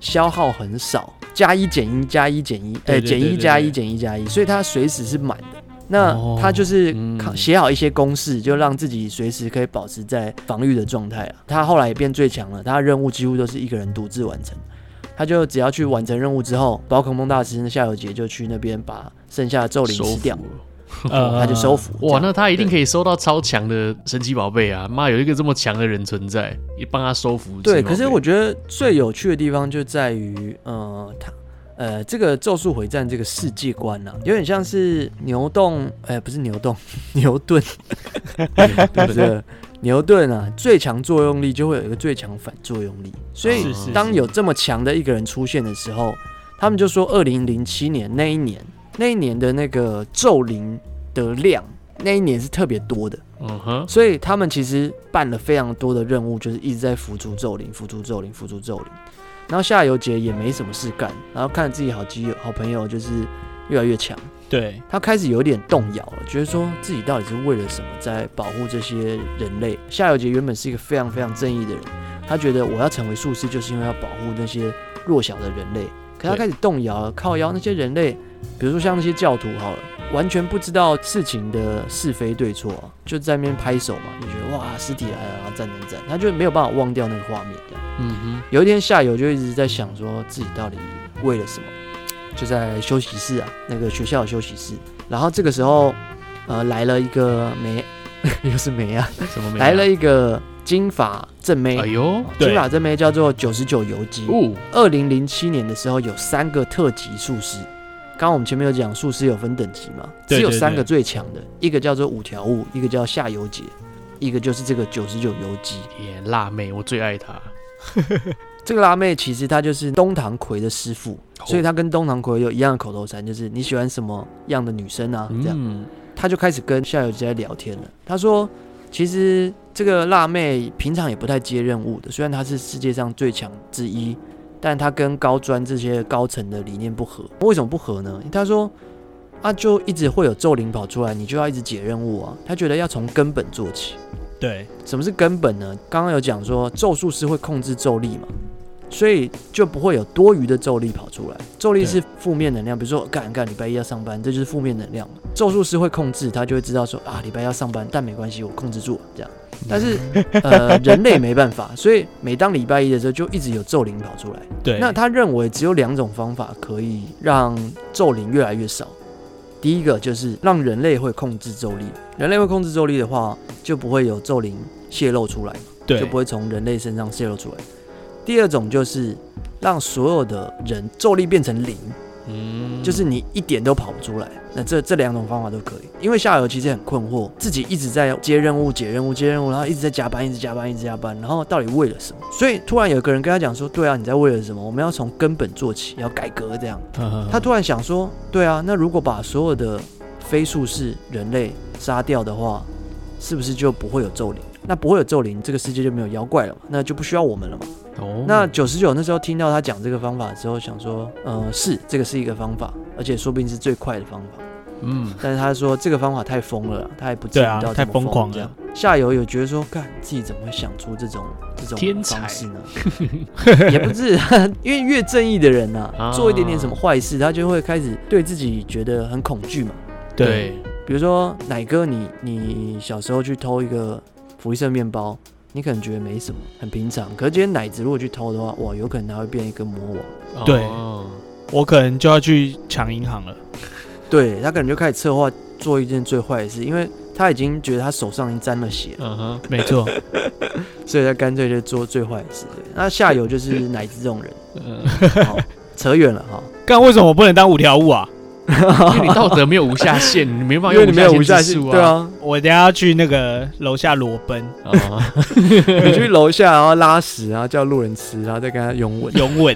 消耗很少，加一减一加一减一，对对呃，减对一对加一对减一加一，所以它随时是满的。那哦他就是靠嗯写好一些公式，就让自己随时可以保持在防御的状态啊。他后来也变最强了，他的任务几乎都是一个人独自完成。他就只要去完成任务之后，宝可梦大师夏油杰就去那边把剩下的咒灵收吃掉服，了。呃他就收。服。哇，这样那他一定可以收到超强的神奇宝贝啊！妈，有一个这么强的人存在，也帮他收服神奇宝贝。对，可是我觉得最有趣的地方就在于，呃，他。呃，这个《咒术回战》这个世界观啊，有点像是牛顿，哎、不是牛顿，牛顿， 对不对？牛顿啊，最强作用力就会有一个最强反作用力，所以是是当有这么强的一个人出现的时候，他们就说，二零零七年那一年，那一年的那个咒灵的量，那一年是特别多的。嗯哼，所以他们其实办了非常多的任务，就是一直在浮出咒灵、浮出咒灵、浮出咒灵。然后夏油杰也没什么事干，然后看着自己好基友、好朋友就是越来越强，对，他开始有点动摇了，觉得说自己到底是为了什么在保护这些人类。夏油杰原本是一个非常非常正义的人，他觉得我要成为术士，就是因为要保护那些弱小的人类。可他对开始动摇了，靠腰那些人类，比如说像那些教徒好了，完全不知道事情的是非对错啊、就在那边拍手嘛，你觉得哇尸体来了，然后赞赞赞，他就没有办法忘掉那个画面这样。嗯有一天下游就一直在想说自己到底为了什么，就在休息室啊，那个学校的休息室。然后这个时候，呃，来了一个美， 又是美啊，哼，什么没来了一一个金发正妹。哎呦，对金发正妹叫做九十九游击。哦，二零零七年的时候有三个特级术师，刚刚我们前面有讲术师有分等级嘛，对只有对三对个最强的，一个叫做五条悟，一个叫下游姐，一个就是这个九十九游击。耶，辣妹，我最爱她。这个辣妹其实她就是东堂葵的师傅，所以她跟东堂葵有一样的口头禅，就是你喜欢什么样的女生啊？这样，嗯，她就开始跟夏油杰在聊天了。她说，其实这个辣妹平常也不太接任务的，虽然她是世界上最强之一，但她跟高专这些高层的理念不合。为什么不合呢？她说。啊，就一直会有咒灵跑出来，你就要一直解任务啊。她觉得要从根本做起，对，什么是根本呢？刚刚有讲说咒术师会控制咒力嘛，所以就不会有多余的咒力跑出来。咒力是负面能量，比如说干干礼拜一要上班，这就是负面能量嘛。咒术师会控制，他就会知道说啊礼拜一要上班，但没关系，我控制住这样。但是呃人类没办法，所以每当礼拜一的时候就一直有咒灵跑出来。对，那他认为只有两种方法可以让咒灵越来越少。第一个就是让人类会控制咒力，人类会控制咒力的话，就不会有咒灵泄露出来，对就不会从人类身上泄露出来。第二种就是让所有的人咒力变成零，嗯，就是你一点都跑不出来。那这这两种方法都可以，因为夏游其实很困惑，自己一直在接任务、解任务、接任务，然后一直在加班、一直加班、一直加班，然后到底为了什么？所以突然有个人跟他讲说：“对啊，你在为了什么？我们要从根本做起，要改革这样。”嗯他他突然想说：“对啊，那如果把所有的非术士人类杀掉的话，是不是就不会有咒灵？那不会有咒灵，这个世界就没有妖怪了嘛？那就不需要我们了嘛？”哦，那九十九那时候听到他讲这个方法之后，想说，呃，是这个是一个方法，而且说不定是最快的方法。嗯，但是他说这个方法太疯了啦，他还不至于对啊到太这么疯狂了这样。下游有觉得说，干自己怎么会想出这种这种天才方 式呢？也不是， 因为越正义的人呐、啊做一点点什么坏事，他就会开始对自己觉得很恐惧嘛。嗯对，对，比如说奶哥你，你小时候去偷一个福利社面包，你可能觉得没什么，很平常。可是今天奶子如果去偷的话，哇，有可能他会变一个魔王。对哦我可能就要去抢银行了。对他可能就开始策划做一件最坏的事，因为他已经觉得他手上已经沾了血了，嗯哼，没 错，所以他干脆就做最坏的事。对那下游就是奶子这种 人，嗯好，扯远了哈。干为什么我不能当五条悟啊？因为你道德没有无下限，你没办法 因为用你没有无无下限限之，数对啊，我等一下要去那个楼下裸奔啊，啊 你去楼下然后拉屎，然后叫路人吃，然后再跟他拥吻。拥吻，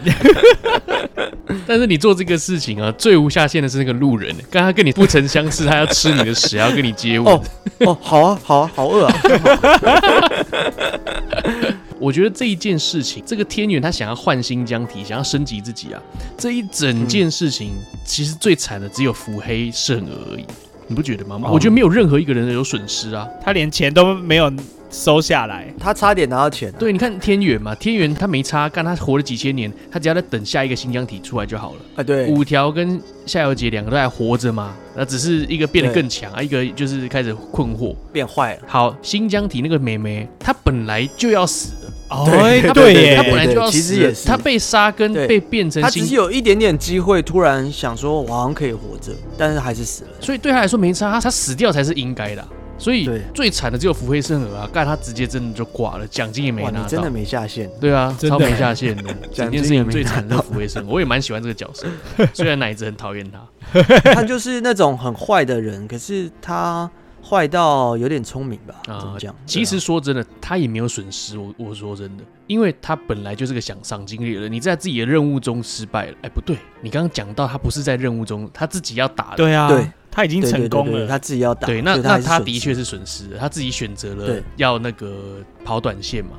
但是你做这个事情啊，最无下限的是那个路人，刚刚跟你不曾相识，他要吃你的屎，还要跟你接吻。哦 哦，好啊，好啊，好饿啊。我觉得这一件事情，这个天元他想要换新疆体，想要升级自己啊，这一整件事情、其实最惨的只有腹黑圣而已，你不觉得吗？哦我觉得没有任何一个人有损失啊。他连钱都没有收下来。他差点拿到钱、啊。对，你看天元嘛，天元他没差，干他活了几千年，他只要在等下一个新疆体出来就好了。啊，对，五条跟夏油杰两个都还活着嘛，那只是一个变得对更强啊，一个就是开始困惑。变坏了。好，新疆体那个妹妹，她本来就要死的，哦对哎对她耶，本来就要死了，其实也是她被杀跟对被变成他只新是有一点点机会，突然想说我好像可以活着，但是还是死了。所以对他来说没差，他他死掉才是应该的啊、所以对最惨的只有福黑圣儿啊，干他直接真的就挂了，奖金也没哇，拿你真到的。没 下限。对啊，真的超没下限的，整 奖件事金也情没最拿惨的福黑圣儿，我也蛮喜欢这个角色， 虽然奶子很讨厌他。他就是那种很坏的人，可是他坏到有点聪明吧？啊怎么讲？其实说真的，他也没有损失。我我说真的，因为他本来就是个想赏经历的人，你在自己的任务中失败了，哎，不对，你刚刚讲到他不是在任务中，他自己要打的。对啊，对，他已经对对成对对功对，了。他自己要打。对，那所以那还是他损失的确是损失了，他自己选择了对要那个跑短线嘛。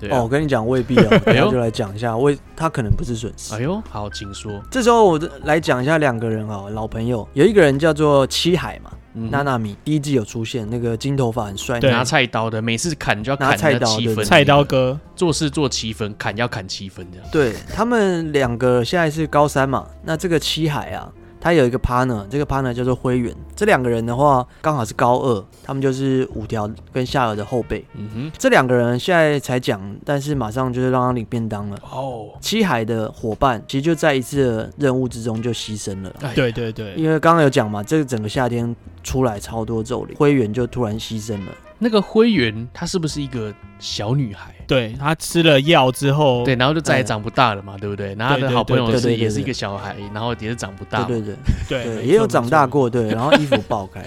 对啊哦，我跟你讲未 必哦，等哎一呦下就来讲一下，为他可能不是损失哎。呦，好，请说。这时候我就来讲一下两个人哦，老朋友，有一个人叫做七海嘛，嗯娜娜米，第一季有出现，那个金头发很帅，对拿菜刀的，每次砍就要砍拿菜刀七对分，菜刀哥，做事做七分，砍要砍七分这样。对他们两个现在是高三嘛，那这个七海啊，他有一个 partner，这个 partner 叫做灰原。这两个人的话，刚好是高二，他们就是五条跟夏尔的后辈。嗯这两个人现在才讲，但是马上就是让他领便当了。哼，哦，七海的伙伴其实就在一次的任务之中就牺牲了啦。哎，对对对，因为刚刚有讲嘛，这个整个夏天出来超多咒灵，灰原就突然牺牲了。那个灰原她是不是一个小女孩？对他吃了药之后，对，然后就再也哎长不大了嘛，对不对？然后她对的对好朋友对对是对也是一个小孩，然后也是长不大对嘛， 对 对对对，也有长大，过，对，然后衣服爆开，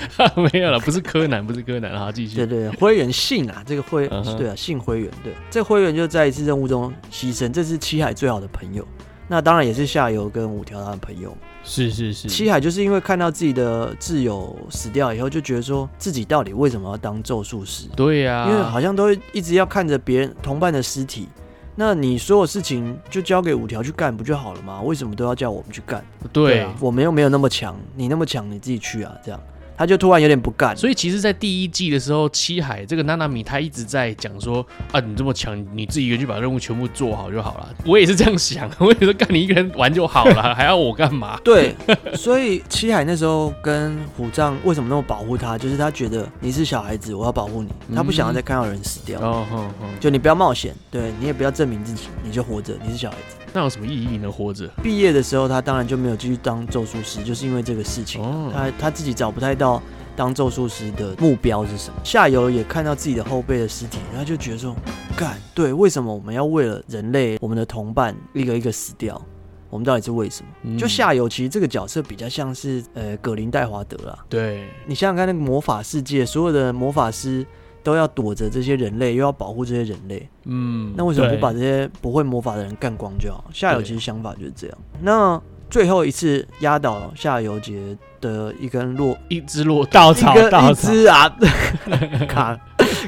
没有了，不是柯南，不是柯南，好，继续对。对，灰原信啊，这个灰嗯哼对啊，信灰原，对，这灰原就在一次任务中牺牲，这是七海最好的朋友，那当然也是下游跟五条他的朋友。没错是是是，七海就是因为看到自己的挚友死掉以后，就觉得说自己到底为什么要当咒术师？对啊呀、因为好像都一直要看着别人同伴的尸体。那你所有事情就交给五条去干不就好了吗？为什么都要叫我们去干？对，对啊我们又没有那么强，你那么强你自己去啊，这样他就突然有点不干。所以其实，在第一季的时候，七海这个娜娜米她一直在讲说啊，你这么强，你自己一个人去把任务全部做好就好了。我也是这样想， 我也是干你一个人玩就好 了，还要我干嘛？对，所以七海那时候跟虎杖为什么那么保护他，就是他觉得你是小孩子，我要保护你，他不想要再看到人死掉。哦哼哼，就你不要冒险，对你也不要证明自己，你就活着，你是小孩子。那有什么意义呢？活着？毕业的时候，他当然就没有继续当咒术师，就是因为这个事情，哦，他他自己找不太到当咒术师的目标是什么。下游也看到自己的后辈的尸体，他就觉得说，干对，为什么我们要为了人类，我们的同伴一个一个死掉？我们到底是为什么？嗯就下游其实这个角色比较像是呃葛林戴华德啦。对，你想想看，那个魔法世界，所有的魔法师都要躲着这些人类，又要保护这些人类，嗯，那为什么不对把这些不会魔法的人干光就好？下游对其实想法就是这样。那最后一次压倒下游节的一根落一只骆驼，稻一草根稻一草，只啊 卡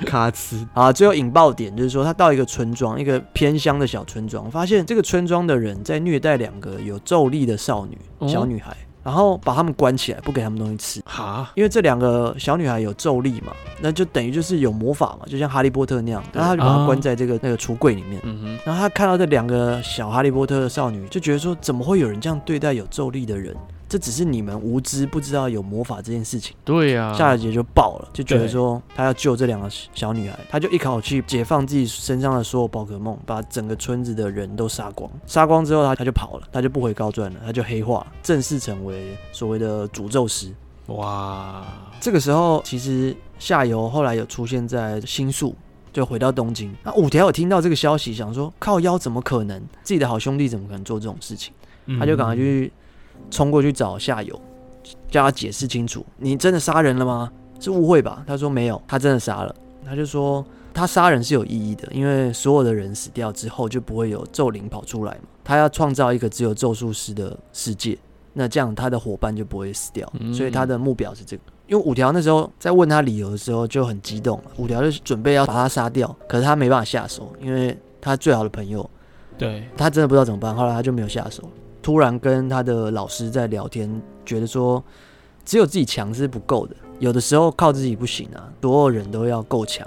卡兹啊，最后引爆点就是说，他到一个村庄，一个偏乡的小村庄，发现这个村庄的人在虐待两个有咒力的少哦女小女孩，然后把他们关起来，不给他们东西吃。哈，因为这两个小女孩有咒力嘛，那就等于就是有魔法嘛，就像哈利波特那样，对然后他就把她啊关在这个那个橱柜里面。嗯然后他看到这两个小哈利波特的少女，就觉得说，怎么会有人这样对待有咒力的人？这只是你们无知，不知道有魔法这件事情。哼，对啊呀、夏小姐就爆了，就觉得对说她要救这两个小女孩，她就一口气解放自己身上的所有宝可梦，把整个村子的人都杀光。杀光之后，她她就跑了，她就不回高专了，她就黑化了，正式成为所谓的诅咒师。哇，这个时候，其实下游后来有出现在新宿，就回到东京。那五条有听到这个消息，想说靠腰怎么可能？自己的好兄弟怎么可能做这种事情？嗯他就赶快去冲过去找下游，叫他解释清楚：你真的杀人了吗？是误会吧？他说没有，他真的杀了。他就说他杀人是有意义的，因为所有的人死掉之后就不会有咒灵跑出来嘛。他要创造一个只有咒术师的世界，那这样他的伙伴就不会死掉。嗯所以他的目标是这个。因为五条那时候在问他理由的时候就很激动了，五条就准备要把他杀掉，可是他没办法下手，因为他最好的朋友对他真的不知道怎么办，后来他就没有下手。突然跟他的老师在聊天，觉得说只有自己强是不够的，有的时候靠自己不行啊，所有人都要够强，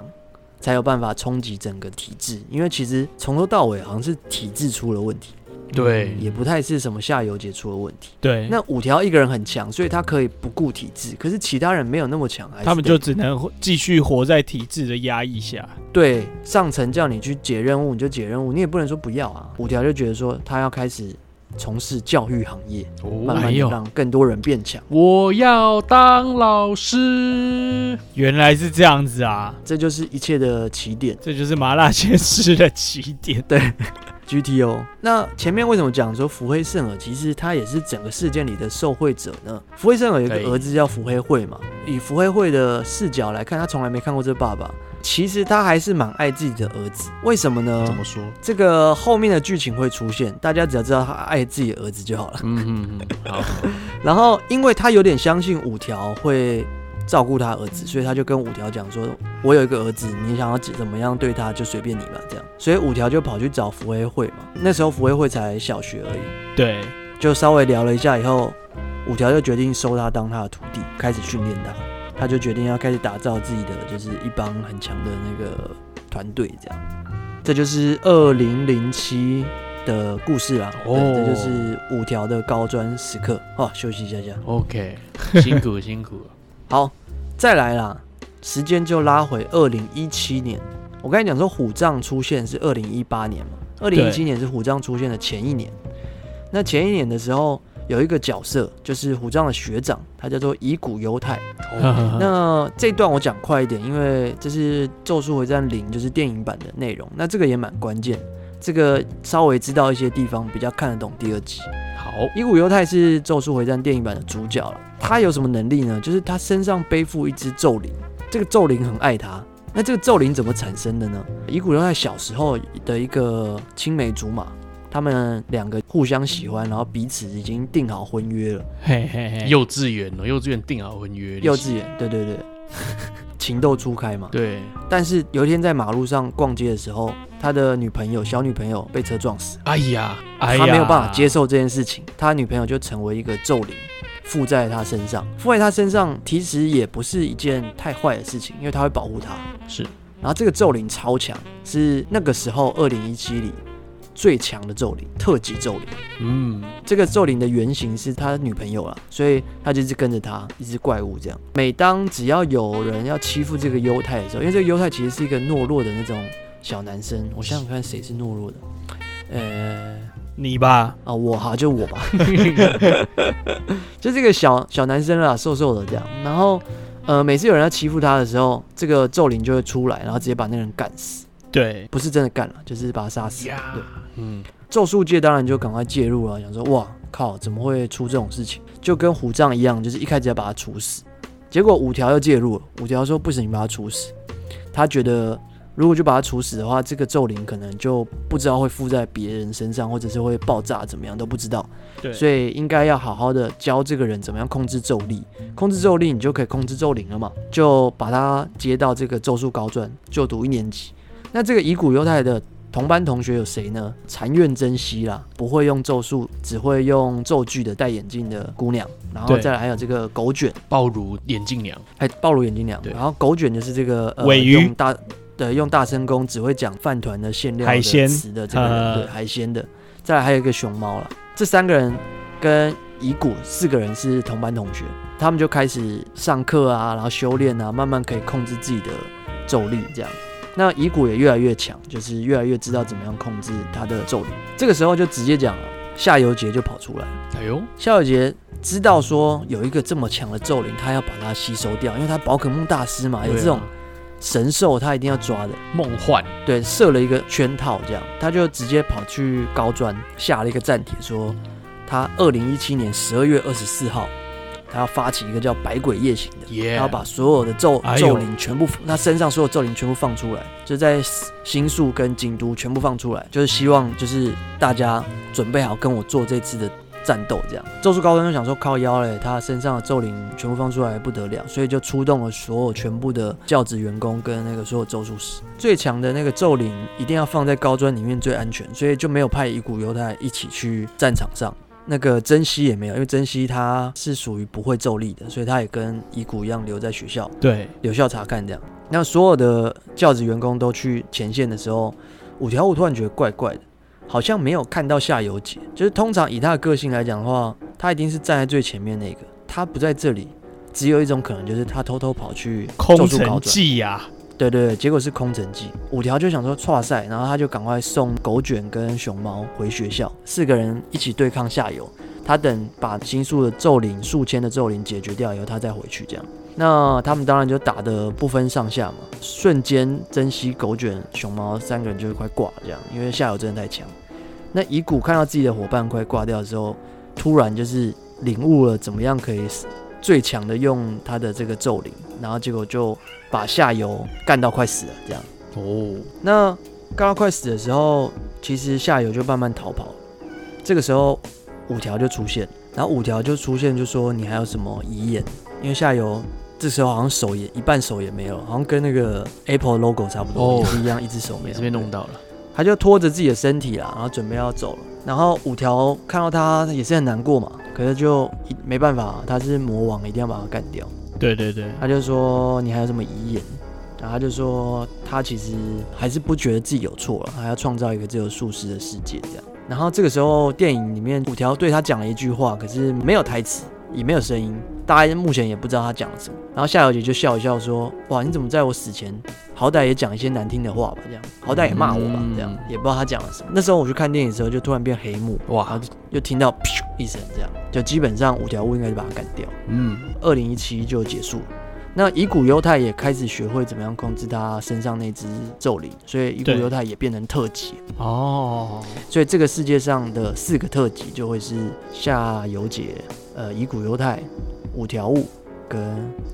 才有办法冲击整个体制。因为其实从头到尾好像是体制出了问题，对也不太是什么下游姐出了问题。对，那五条一个人很强，所以他可以不顾体制，可是其他人没有那么强，还是他们得就只能继续活在体制的压抑下。对上层叫你去解任务，你就解任务，你也不能说不要啊。五条就觉得说他要开始从事教育行业，慢哦，慢地让更多人变强，我要当老师，原来是这样子啊，这就是一切的起点。这就是麻辣鲜师的起点。 GTO，那前面为什么讲说福黑圣尔，其实他也是整个事件里的受贿者呢？福黑圣尔有一个对儿子叫福黑会嘛，以福黑会的视角来看，他从来没看过这爸爸。其实他还是蛮爱自己的儿子，为什么呢？怎么说？这个后面的剧情会出现，大家只要知道他爱自己的儿子就好了。嗯嗯嗯，好，然后，因为他有点相信五条会照顾他儿子，所以他就跟五条讲说：“我有一个儿子，你想要怎么样对他就随便你吧。”这样，所以五条就跑去找福威会嘛。那时候福威会才小学而已，对，就稍微聊了一下以后，五条就决定收他当他的徒弟，开始训练他。他就决定要开始打造自己的，就是一帮很强的那个团队，这样。这就是二零零七的故事啦。哦对这就是五条的高专时刻啊，休息一下下。 OK，辛苦辛苦了。好，再来啦，时间就拉回二零一七年。我刚才讲说虎杖出现是二零一八年嘛，二零一七年是虎杖出现的前一年。那前一年的时候，有一个角色就是虎杖的学长，他叫做乙骨犹太。嗯那这段我讲快一点，因为这是《咒术回战零》就是电影版的内容，那这个也蛮关键。这个稍微知道一些地方，比较看得懂第二集。好，伊古犹太是《咒术回战》电影版的主角了。他有什么能力呢？就是他身上背负一只咒灵，这个咒灵很爱他。那这个咒灵怎么产生的呢？伊古犹太小时候的一个青梅竹马，他们两个互相喜欢，然后彼此已经定好婚约了。嘿嘿嘿，幼稚园哦，幼稚园定好婚约，哎幼稚园，对对 对，情窦初开嘛。对，但是有一天在马路上逛街的时候，他的女朋友小女朋友被车撞死，哎呀，哎呀，他没有办法接受这件事情，他女朋友就成为一个咒灵。附在他身上，附在他身上其实也不是一件太坏的事情，因为他会保护他。是，然后这个咒灵超强，是那个时候二零一七里最强的咒灵，特级咒灵。嗯，这个咒灵的原型是他女朋友啦，所以他就一直跟着他，一只怪物这样。每当只要有人要欺负这个犹太的时候，因为这个犹太其实是一个懦弱的那种小男生，我想想看谁是懦弱的，呃，你吧，啊，我哈，就我吧， 就这个小小男生啦，瘦瘦的这样。然后，呃，每次有人要欺负他的时候，这个咒灵就会出来，然后直接把那个人干死，对，不是真的干了，就是把他杀死。对。嗯，咒术界当然就赶快介入了，想说哇靠，怎么会出这种事情？就跟虎杖一样，就是一开始要把他处死，结果五条又介入了，五条说不行，你把他处死。他觉得如果就把他处死的话，这个咒灵可能就不知道会附在别人身上，或者是会爆炸怎么样都不知道，对，所以以应该要好好的教这个人怎么样控制咒力，控制咒力你就可以控制咒灵了嘛，就把他接到这个咒术高专就读一年级。那这个乙骨犹太的同班同学有谁呢？禅院真希啦，不会用咒术，只会用咒具的戴眼镜的姑娘，然后对再来还有这个狗卷，暴乳眼镜娘，还暴露眼睛娘，对然后狗卷就是这个呃尾鱼用大对用大声公只会讲饭团的馅料的海鲜词的这个人，呃对海鲜的，再来还有一个熊猫了，这三个人跟乙骨四个人是同班同学，他们就开始上课啊，然后修炼啊，慢慢可以控制自己的咒力这样。那乙骨也越来越强，就是越来越知道怎么样控制他的咒力。这个时候就直接讲了，夏油杰就跑出来了。哎呦，夏小杰知道说有一个这么强的咒灵，他要把它吸收掉，因为他宝可梦大师嘛，有对啊这种神兽，他一定要抓的。梦幻，对，设了一个圈套，这样他就直接跑去高专下了一个站帖，说他二零一七年十二月二十四号，他要发起一个叫“百鬼夜行”的。耶，他要把所有的咒哎呦咒灵全部，他身上所有咒灵全部放出来，就在新宿跟京都全部放出来，就是希望就是大家准备好跟我做这次的战斗，这样。咒术高专就想说靠腰嘞，他身上的咒灵全部放出来不得了，所以就出动了所有全部的教职员工跟那个所有咒术师，最强的那个咒灵一定要放在高专里面最安全，所以就没有派乙骨犹太一起去战场上。那个珍惜也没有，因为珍惜他是属于不会咒力的，所以他也跟乙骨一样留在学校对，留校察看这样。那所有的教职员工都去前线的时候，五条悟突然觉得怪怪的，好像没有看到夏油杰。就是通常以他的个性来讲的话，他一定是站在最前面那个，他不在这里，只有一种可能就是他偷偷跑去空咒术高城转。计啊呀，对对对，结果是空城计。五条就想说哇塞，然后他就赶快送狗卷跟熊猫回学校，四个人一起对抗下游。他等把新宿的咒灵数千的咒灵解决掉以后，他再回去这样。那他们当然就打得不分上下嘛，瞬间珍惜狗卷、熊猫三个人就是快挂了这样，因为下游真的太强。那乙骨看到自己的伙伴快挂掉的时候，突然就是领悟了怎么样可以最强的用他的这个咒灵，然后结果就把下游干到快死了这样。哦，那干到快死的时候，其实下游就慢慢逃跑了。这个时候五条就出现，然后五条就出现就说你还有什么遗言？因为下游这时候好像手也一半手也没有，好像跟那个 Apple logo 差不多，哦也是一样，一只手没也有是。被弄到了，他就拖着自己的身体啦，然后准备要走了。然后五条看到他也是很难过嘛，可是就一没办法，他是魔王，一定要把他干掉。对对对，他就说你还有什么遗言？然后他就说他其实还是不觉得自己有错了，还要创造一个只有术师的世界这样。然后这个时候电影里面五条对他讲了一句话，可是没有台词，也没有声音，大家目前也不知道他讲了什么。然后夏小姐就笑一笑说：“哇，你怎么在我死前，好歹也讲一些难听的话吧？这样，好歹也骂我吧？嗯这样，也不知道他讲了什么。”那时候我去看电影的时候，就突然变黑幕，哇，又听到噗一声，这样，就基本上五条悟应该就把他干掉。嗯，二零一七就结束了。那乙骨犹太也开始学会怎么样控制他身上那只咒灵，所以乙骨对犹太也变成特辑。哦，所以这个世界上的四个特辑就会是夏油杰、呃乙骨犹太、五条悟跟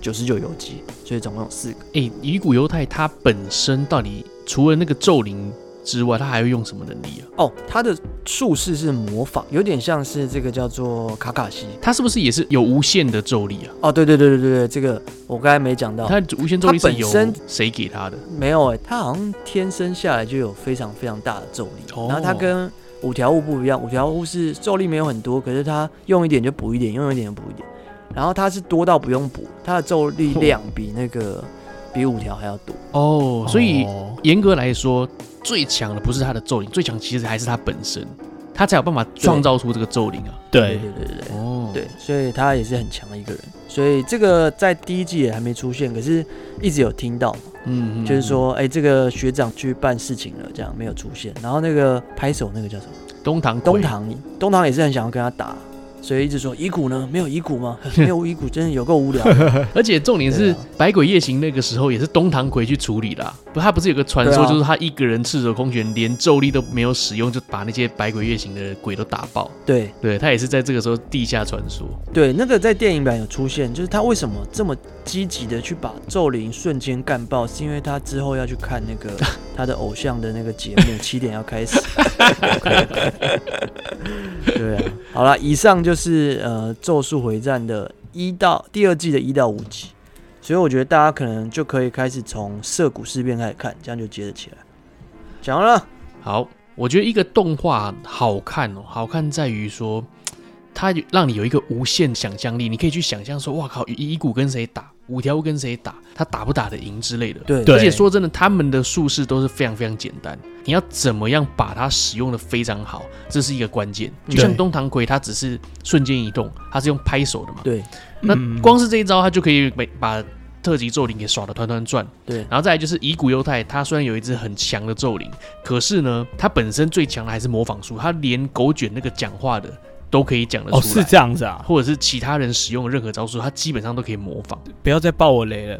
九十九游记，所以总共有四个。哎，乙骨犹太它本身到底除了那个咒灵之外，它还会用什么能力啊？哦，他的术士是模仿，有点像是这个叫做卡卡西。它是不是也是有无限的咒力啊？哦，对对对对对对，这个我刚才没讲到。它无限咒力哦它是本由身谁给它的？没有哎、他好像天生下来就有非常非常大的咒力，哦然后他跟五条悟不一样，五条悟是咒力没有很多，可是他用一点就补一点，用一点就补一点，然后他是多到不用补，他的咒力量比那个比五条还要多，哦，所以哦严格来说，最强的不是它的咒灵，最强其实还是它本身，它才有办法创造出这个咒灵啊。对，对对对对哦，对，所以他也是很强的一个人，所以这个在第一季也还没出现，可是一直有听到嘛，嗯，嗯就是说哎、这个学长去办事情了，这样没有出现，然后那个拍手那个叫什么？东堂啊东鬼 堂，东堂也是很想要跟他打，所以一直说遗骨呢？没有遗骨吗？ 没有遗骨，真的有够无聊。而且重点对是啊《百鬼夜行》那个时候也是东堂葵去处理啦。不，他不是有个传对说，啊就是他一个人赤手空拳，连咒力都没有使用，就把那些百鬼夜行的鬼都打爆。对对他也是在这个时候地下传说。对，那个在电影版有出现，就是他为什么这么积极的去把咒灵瞬间干爆，是因为他之后要去看那个 他的偶像的那个节目，七点要开始。对啊，好了，以上就是呃《咒术回战》的一到第二季的一到五集，所以我觉得大家可能就可以开始从涉谷事变开始看，这样就接得起来。讲完了。好，我觉得一个动画好看哦，好看在于说，它有让你有一个无限想象力，你可以去想象说，哇靠，乙骨跟谁打，五条悟跟谁打，他打不打得赢之类的。对对而且说真的，他们的术式都是非常非常简单，你要怎么样把它使用的非常好，这是一个关键。就像对东堂葵，他只是瞬间移动，他是用拍手的嘛，对那嗯光是这一招，他就可以把把特级咒灵给耍得团团转。对然后再来就是乙骨犹太，他虽然有一只很强的咒灵，可是呢，他本身最强的还是模仿术，他连狗卷那个讲话的都可以讲得哦出是来。这样子啊，或者是其他人使用的任何招数，他基本上都可以模仿。不要再爆我雷了。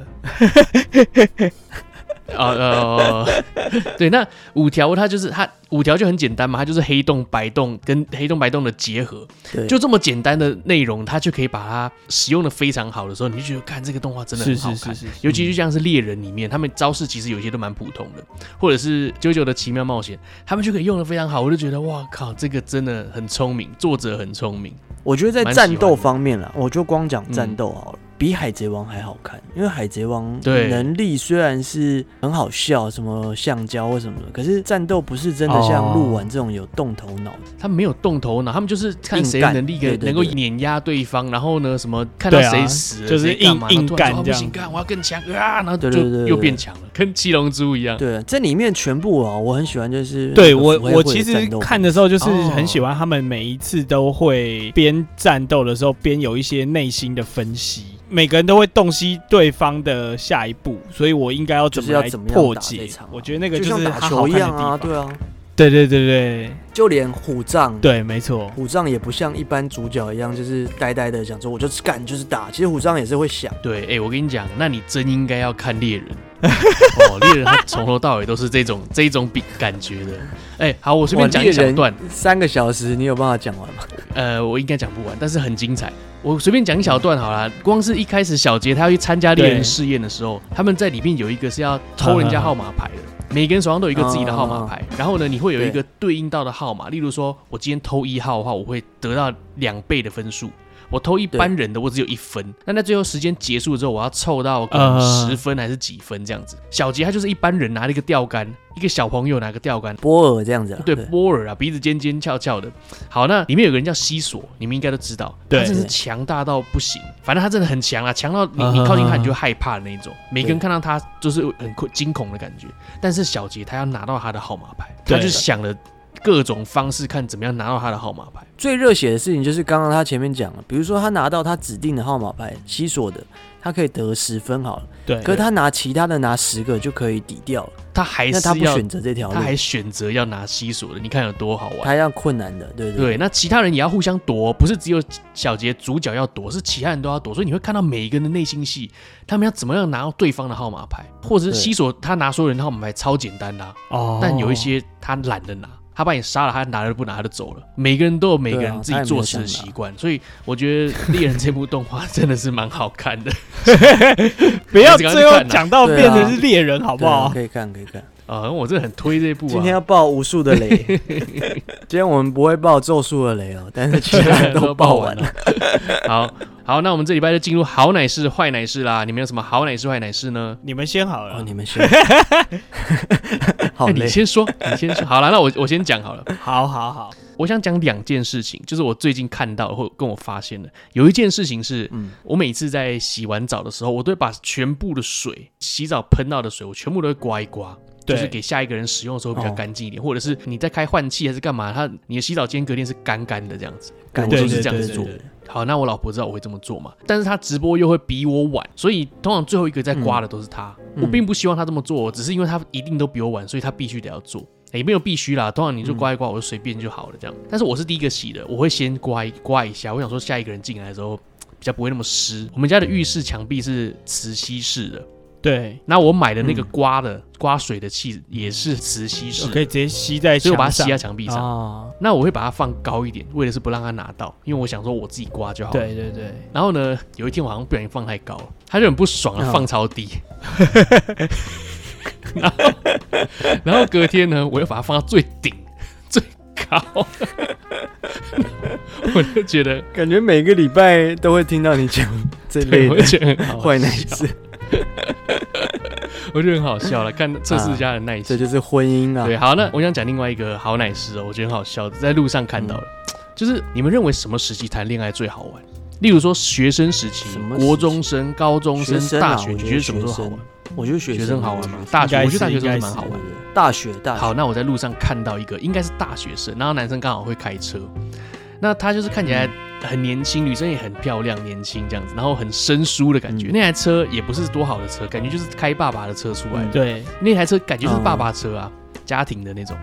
啊呃， 对，那五条他就是他五条就很简单嘛，他就是黑洞、白洞跟黑洞、白洞的结合，对，就这么简单的内容，他就可以把它使用的非常好的时候，你就觉得看这个动画真的很是好是看。是是，尤其就像是猎人里面，他们招式其实有些都蛮普通的，或者是《九九的奇妙冒险》，他们就可以用的非常好。我就觉得哇靠，这个真的很聪明，作者很聪明。我觉得在蛮战喜欢斗的方面啦，我就光讲战嗯斗好了，比海贼王还好看，因为海贼王对能力虽然是很好笑，什么橡胶或什么的，可是战斗不是真的像哦鹿丸这种有动头脑的。他们没有动头脑，他们就是看谁硬干能力对能对能够对碾压对方，然后呢什么看到对啊谁死了、就是谁干嘛硬然后突然说哦硬干这不样行，干我要更强啊，然后对对对就对又变强了，跟七龙珠一样。对，这里面全部啊，我很喜欢，就是嗯对那个我福黑我会的其实战斗看的时候就是哦很喜欢他们每一次都会边战斗的时候边有一些内心的分析，每个人都会洞悉对方的下一步，所以我应该要怎就是么要来怎么样破打这解场啊。我觉得那个就像是打它球好一看的样地啊，方。对啊，对对对对就连虎杖，对，没错。虎杖也不像一般主角一样，就是呆呆的想说我就是干就是打，其实虎杖也是会想。对，哎、我跟你讲，那你真应该要看猎 人。哦，猎人他从头到尾都是这种这种比感觉的。哎、好，我随便哇讲猎一小人段，三个小时，你有办法讲完吗？呃，我应该讲不完，但是很精彩。我随便讲一小段好了。光是一开始小杰他要去参加猎人试验的时候，他们在里面有一个是要偷人家号码牌的，每个人手上都有一个自己的号码牌，然后呢，你会有一个对应到的号码。例如说，我今天偷一号的话，我会得到两倍的分数。我偷一般人的，我只有一分。那在最后时间结束之后，我要凑到可能嗯十分还是几分这样子？小杰他就是一般人拿了一个钓竿，一个小朋友拿个钓竿，波尔这样子啊，对，波尔啊，鼻子尖尖翘翘的。好，那里面有个人叫西索，你们应该都知道，他对真是强大到不行。反正他真的很强啊，强到你啊你靠近他你就害怕的那一种。每个人对看到他就是很恐惊恐的感觉。但是小杰他要拿到他的号码牌，对他就想了各种方式看怎么样拿到他的号码牌。最热血的事情就是刚刚他前面讲了，比如说他拿到他指定的号码牌，西索的，他可以得十分好了，对，可是他拿其他的拿十个就可以抵掉了，他还那哎是他不要，选择这条路他，还选择要拿西索的，你看有多好玩。他要困难的，对不对？对，那其他人也要互相躲，不是只有小杰主角要躲，是其他人都要躲，所以你会看到每一个人的内心戏，他们要怎么样拿到对方的号码牌，或者是对西索他拿所有人的号码牌超简单啦、哦 但有一些他懒得拿，他把你杀了，他拿了不拿他就走了。每个人都有每个对人啊自己做事的习惯，所以我觉得《猎人》这部动画真的是蛮好看 的。不要一直赶快最后看啊讲到对啊变成是猎人，好不对啊好？可以看，可以看。啊，我真的很推这部啊。今天要爆无数的雷，今天我们不会爆咒术的雷哦，但是其 他人都爆 完了。了。好好，那我们这礼拜就进入好奶事、坏奶事啦。你们有什么好奶事、坏奶事呢？你们先好哦，了，你们先，好哎累你。先说， 你先说。好了，那我我先讲好了。好好好，我想讲两件事情，就是我最近看到或跟我发现的。有一件事情是，嗯我每次在洗完澡的时候，我都会把全部的水，洗澡喷到的水，我全部都会刮一刮。对就是给下一个人使用的时候比较哦干净一点，或者是你在开换气还是干嘛，它你的洗澡间隔天是干干的这样子。感我觉就对是对这样对子对做对好，那我老婆知道我会这么做嘛？但是她直播又会比我晚，所以通常最后一个在刮的都是她。嗯我并不希望她这么做，只是因为她一定都比我晚，所以她必须得要做。也、没有必须啦，通常你就刮一刮，我就随便就好了这样。嗯但是我是第一个洗的，我会先刮一刮一下，我想说下一个人进来的时候比较不会那么湿。我们家的浴室墙壁是磁吸式的，对，那我买的那个嗯刮的、刮水的器也是磁吸式我的可以直接吸在所以我把它墙吸在。上墙壁上。啊，那我会把它放高一点，为的是不让它拿到，因为我想说我自己刮就好了。对对对，然后呢，有一天我好像不小心放太高了，他就很不爽了，嗯放超低。 然后，然后隔天呢，我又把它放到最顶、最高， 我就觉得，感觉每个礼拜都会听到你讲这类对，我的就觉得很好笑坏男，事，我觉得很好笑了，看测试一下的耐这心。就是婚姻啊对，。好，那我想讲另外一个好奶师哦，我觉得很好笑，在路上看到了，嗯就是你们认为什么时期谈恋爱最好玩？例如说学生时期什、么时期国中生、高中生、学生啊大学，我你觉觉得得什么时候学好生玩？我觉得学学生好玩吗？大应学，该我觉得是大学生应是该蛮是好玩对的。对对大学大学好，那我在路上看到一个，应该是大学生，然后男生刚好会开车，那他就是看起嗯来很年轻，女生也很漂亮，年轻这样子，然后很生疏的感觉。嗯那台车也不是多好的车，感觉就是开爸爸的车出嗯来的。对，那台车感觉就是爸爸车啊，家庭的那种。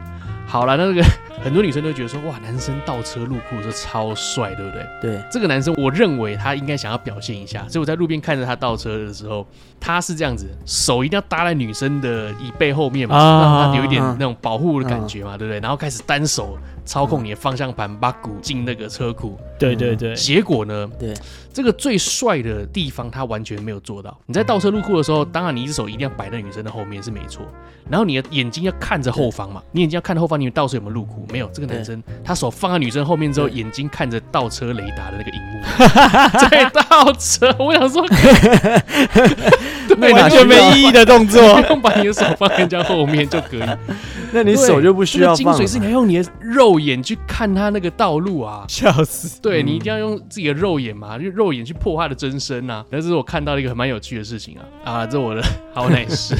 好了，那个很多女生都觉得说，哇，男生倒车入库的时候超帅，对不对？对这个男生，我认为他应该想要表现一下，所以我在路边看着他倒车的时候，他是这样子，手一定要搭在女生的椅背后面嘛，啊让他有一点嗯那种保护的感觉嘛，对不对？然后开始单手操控你的方向盘，把鼓进那个车库。对对对，结果呢，对，这个最帅的地方他完全没有做到。你在倒车入库的时候，当然你一只手一定要摆在女生的后面是没错，然后你的眼睛要看着后方嘛，你眼睛要看着后方，你倒车有没有入库？没有，这个男生他手放在女生后面之后，对眼睛看着倒车雷达的那个荧 幕在倒车。我想说，对，完全完全哪需要没哦没意义的动不 作。用把你的手放在人家后面就可以。那你手就不需要这个放啊精了髓是你要用你的肉眼去看他那个道路啊。笑死！对嗯你一定要用自己的肉眼嘛， 用肉眼去破坏它的真身呐、啊。但是我看到了一个很蛮有趣的事情啊，啊，这我的 好奶师，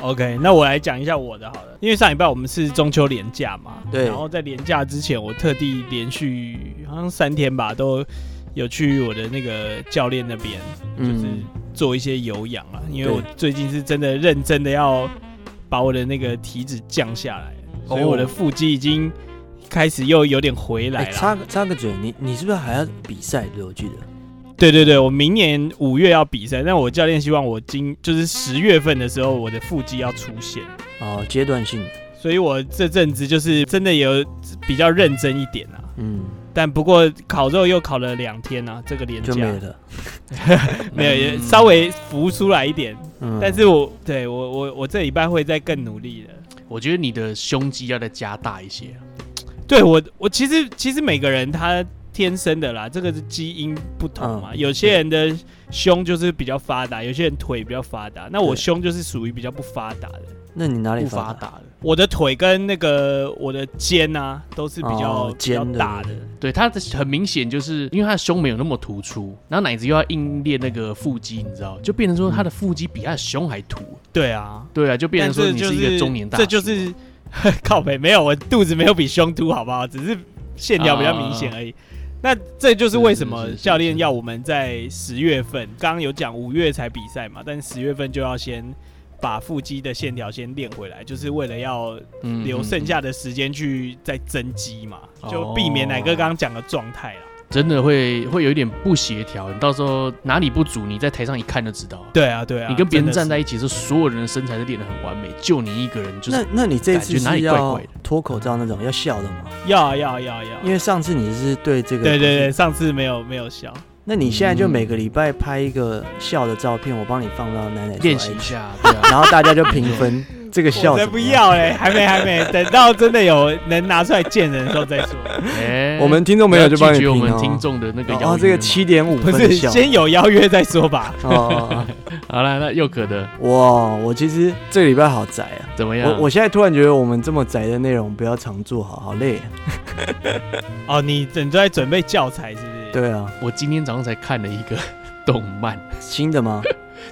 OK，那我来讲一下我的好了，因为上礼拜我们是中秋连假嘛，对然后在连假之前，我特地连续好像三天吧，都有去我的那个教练那边，就是嗯，做一些有氧啊，因为对我最近是真的认真的要把我的那个体脂降下来，所以哦我的腹肌已经开始又有点回来哎，了。插个插个嘴，你你是不是还要比赛？对不对，我记得。对对对，我明年五月要比赛，但我教练希望我今就是十月份的时候我的腹肌要出现，哦，阶段性的，所以我这阵子就是真的有比较认真一点啊。嗯，但不过烤肉又烤了两天啊，这个连假就没了。没有也稍微浮出来一点，嗯，但是我对我我我这礼拜会再更努力的。我觉得你的胸肌要再加大一些啊、对我，我其实其实每个人他天生的啦，这个是基因不同嘛。嗯有些人的胸就是比较发达，有些人腿比较发达。那我对胸就是属于比较不发达的，那你哪里不发达？达了。我的腿跟那个我的肩啊都是比较、哦比较肩的大的。对，他的很明显就是因为他的胸没有那么突出，然后奶子又要硬练那个腹肌，你知道，就变成说他的腹肌比他的胸还凸。对啊，对啊，就变成说但你这就是一个中年大叔啊这就是。 靠北没有，我肚子没有比胸凸，好不好？只是线条比较明显而已。那这就是为什么嗯是是是教练要我们在十月份，刚刚有讲五月才比赛嘛，但十月份就要先把腹肌的线条先练回来，就是为了要嗯留剩嗯下的时间去再增肌嘛，嗯就避免奶哥刚刚讲的状态啊啦。嗯真的会会有一点不协调，你到时候哪里不足，你在台上一看就知道。对啊，对啊，你跟别人真站的在一起的时候，所有人的身材都练得很完美，就你一个人就是那那你这一次感觉哪是里怪要怪的脱口罩那种要笑的吗？是要啊要啊要啊要啊，因为上次你是对这个，对对对，，上次没有没有笑，那你现在就嗯每个礼拜拍一个笑的照片，我帮你放到奶奶练习一，下，对 啊。哎然后大家就评分这个笑我才怎不么样。要嘞，还没还没，等到真的有能拿出来见人的时候再说。哎我们听众朋友就帮你拒绝评我们哦听众的那个然后邀这约个嘛七点 五不分是的笑，先有邀约再说吧。哦哦，哦好了，那佑可的哇，我其实这个礼拜好宅啊。怎么样？我我现在突然觉得我们这么宅的内容不要常做好，好累、啊。哦，你正在准备教材是不是？，对啊，我今天早上才看了一个动漫，新的 吗？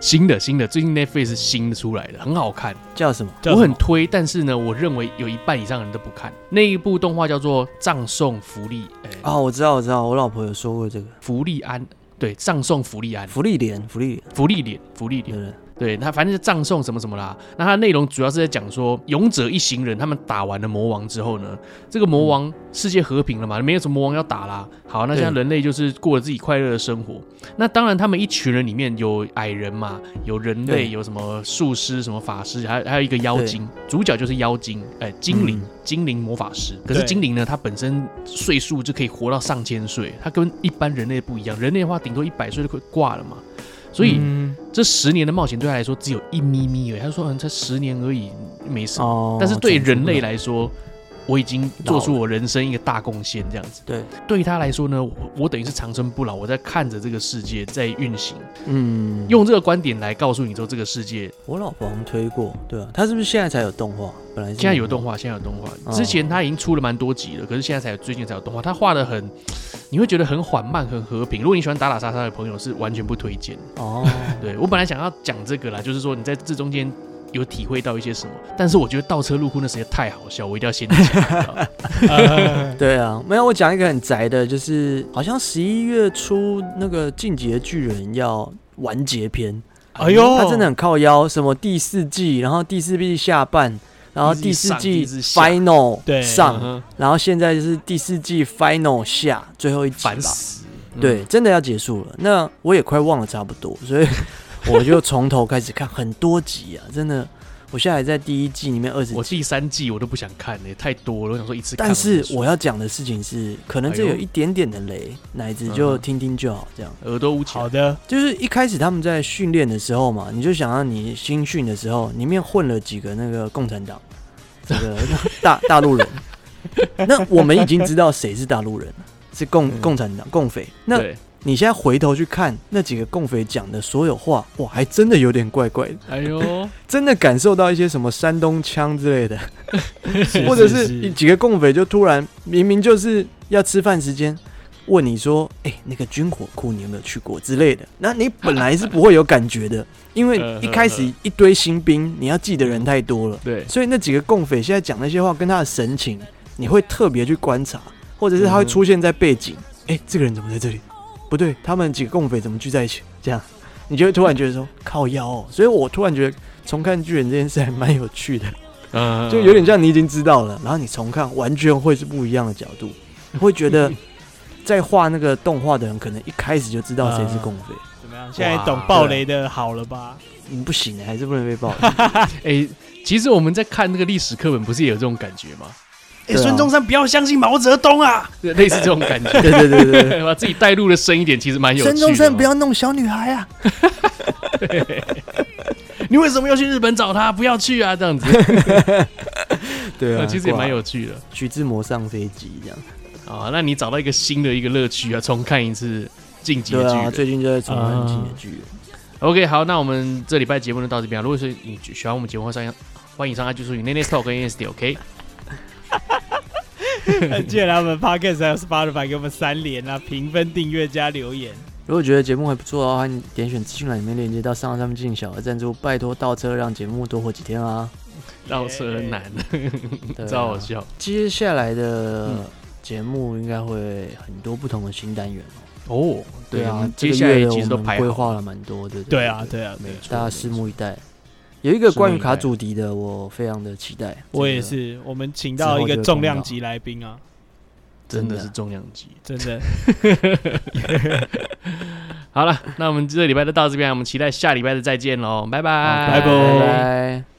新的新的，最近 Netflix 新的出来的，很好看，叫什么？我很推。但是呢，我认为有一半以上的人都不看那一部动画，叫做《葬送福利》哎，哦，我知道，我知道，我老婆有说过这个福利安。对，葬送福利安，福利莲，福利莲福利脸，福利对脸，不对？对他反正是葬送什么什么啦。那它内容主要是在讲说，勇者一行人他们打完了魔王之后呢，这嗯个魔王世界和平了嘛，没有什么魔王要打啦。好，那现在对人类就是过了自己快乐的生活。那当然，他们一群人里面有矮人嘛，有人类，对有什么术师、什么法师，还有还有一个妖精。主角就是妖精，哎、精灵，嗯精灵魔法师。可是对精灵呢，它本身岁数就可以活到上千岁，它跟一般人类不一样。人类的话，顶多一百岁就快挂了嘛。所以、 嗯这十年的冒险对他来说只有一咪咪而已。他说：“嗯，才十年而已，没什么。哦，但是对人类来，来说，我已经做出我人生一个大贡献，这样子。对，对他来说呢，我我等于是长生不老，我在看着这个世界在运行。嗯，用这个观点来告诉你说，这个世界我老婆好像推过，对啊，她是不是现在才有动画？本来是现在有动画，现在有动画。哦之前他已经出了蛮多集了，可是现在才有最近才有动画。他画的很，你会觉得很缓慢、很和平。如果你喜欢打打杀杀的朋友，是完全不推荐的。哦，对我本来想要讲这个啦，就是说你在这中间有体会到一些什么，但是我觉得倒车入库那实在太好笑，我一定要先讲。 呃对啊， 没有，我讲一个很宅的，就是好像十一月初那个《进击的巨人》要完结篇，哎嗯呦，它真的很靠腰，什么第四季，然后第四季下半，然后第四季第四季上 final 对嗯上，哼然后现在就是第四季 final 下最后一集烦吧，死。嗯对，，真的要结束了。那我也快忘了差不多，所以我就从头开始看很多集啊，真的，我现在还在第一季里面二十我集。第三季我都不想看了，太多了，我想说一次看但完就是爽。我要讲的事情是，可能这哎呦有一点点的雷，乃至嗯就哼听听就好，这样。耳朵捂起来好，的，就是一开始他们在训练的时候嘛，你就想到你新训的时候，里面混了几个那个共产党，这个大大陆人。那我们已经知道谁是大陆人了，是共嗯共产党共匪。那对你现在回头去看那几个共匪讲的所有话，哇，还真的有点怪怪的，哎呦，真的感受到一些什么山东腔之类的，或或者 是几个共匪就突然明明就是要吃饭时间。问你说，哎、那个军火库你有没有去过之类的？那你本来是不会有感觉的，因 为一开始一堆新兵，你要记的人太多了，对，所以那几个共匪现在讲那些话跟他的神情，你会特别去观察，或者是他会出现在背嗯景。哎、这个人怎么在这里？不对，他们几个共匪怎么聚在一起？这样，你就会突然觉得说靠腰哦。所以我突然觉得重看巨人这件事还蛮有趣的，嗯 就有点像你已经知道了，然后你重看，完全会是不一样的角度，你会觉得在画那个动画的人可能一开始就知道谁是共匪。怎么样？啊现在懂暴雷的好了吧？嗯你不行，欸还是不能 被爆。哎。其实我们在看那个历史课本，不是也有这种感觉吗？哎，对啊孙中山不要相信毛泽东 啊！类似这种感觉，对对对对 对，把自己带入的深一点，其实蛮有趣孙的。哦中山不，要弄小女孩啊！ 你为什么要去日本找他？不要去啊，这样子，嗯对啊，呃其实也蛮 哇有趣的。徐志摩上飞机这样。啊，那你找到一个新的一个乐趣啊，重看一次《进击的对巨人啊，》最近就在重看啊《进击的巨人》 OK，好，那我们这礼拜节目就到这边啊。如果是你喜欢我们节目，欢迎欢迎上 IG 搜寻 Nene Talk 跟 E NSD OK。既然来我们 podcast 还有 Spotify 给我们三连啊，评分、订阅加留言。如果觉得节目还不错的话，你 点选资讯栏里面链接到上上面进行小额赞助，拜托倒车让节目多活几天啊！绕车难，对啊超好笑接下来的嗯节目应该会很多不同的新单元哦。哦。对啊，这接个下来月其我实都们排规好，划了蛮多的。对啊，对啊，没错，大家拭是目以待。有一个拭关于目以待卡祖笛的，我非常的期待。我也真的，是，我们请到一个重量级来宾啊，真真的的是重量级。真的，好了，那我们这礼拜就到这边，我们期待下礼拜的再见喽，拜拜，拜拜拜。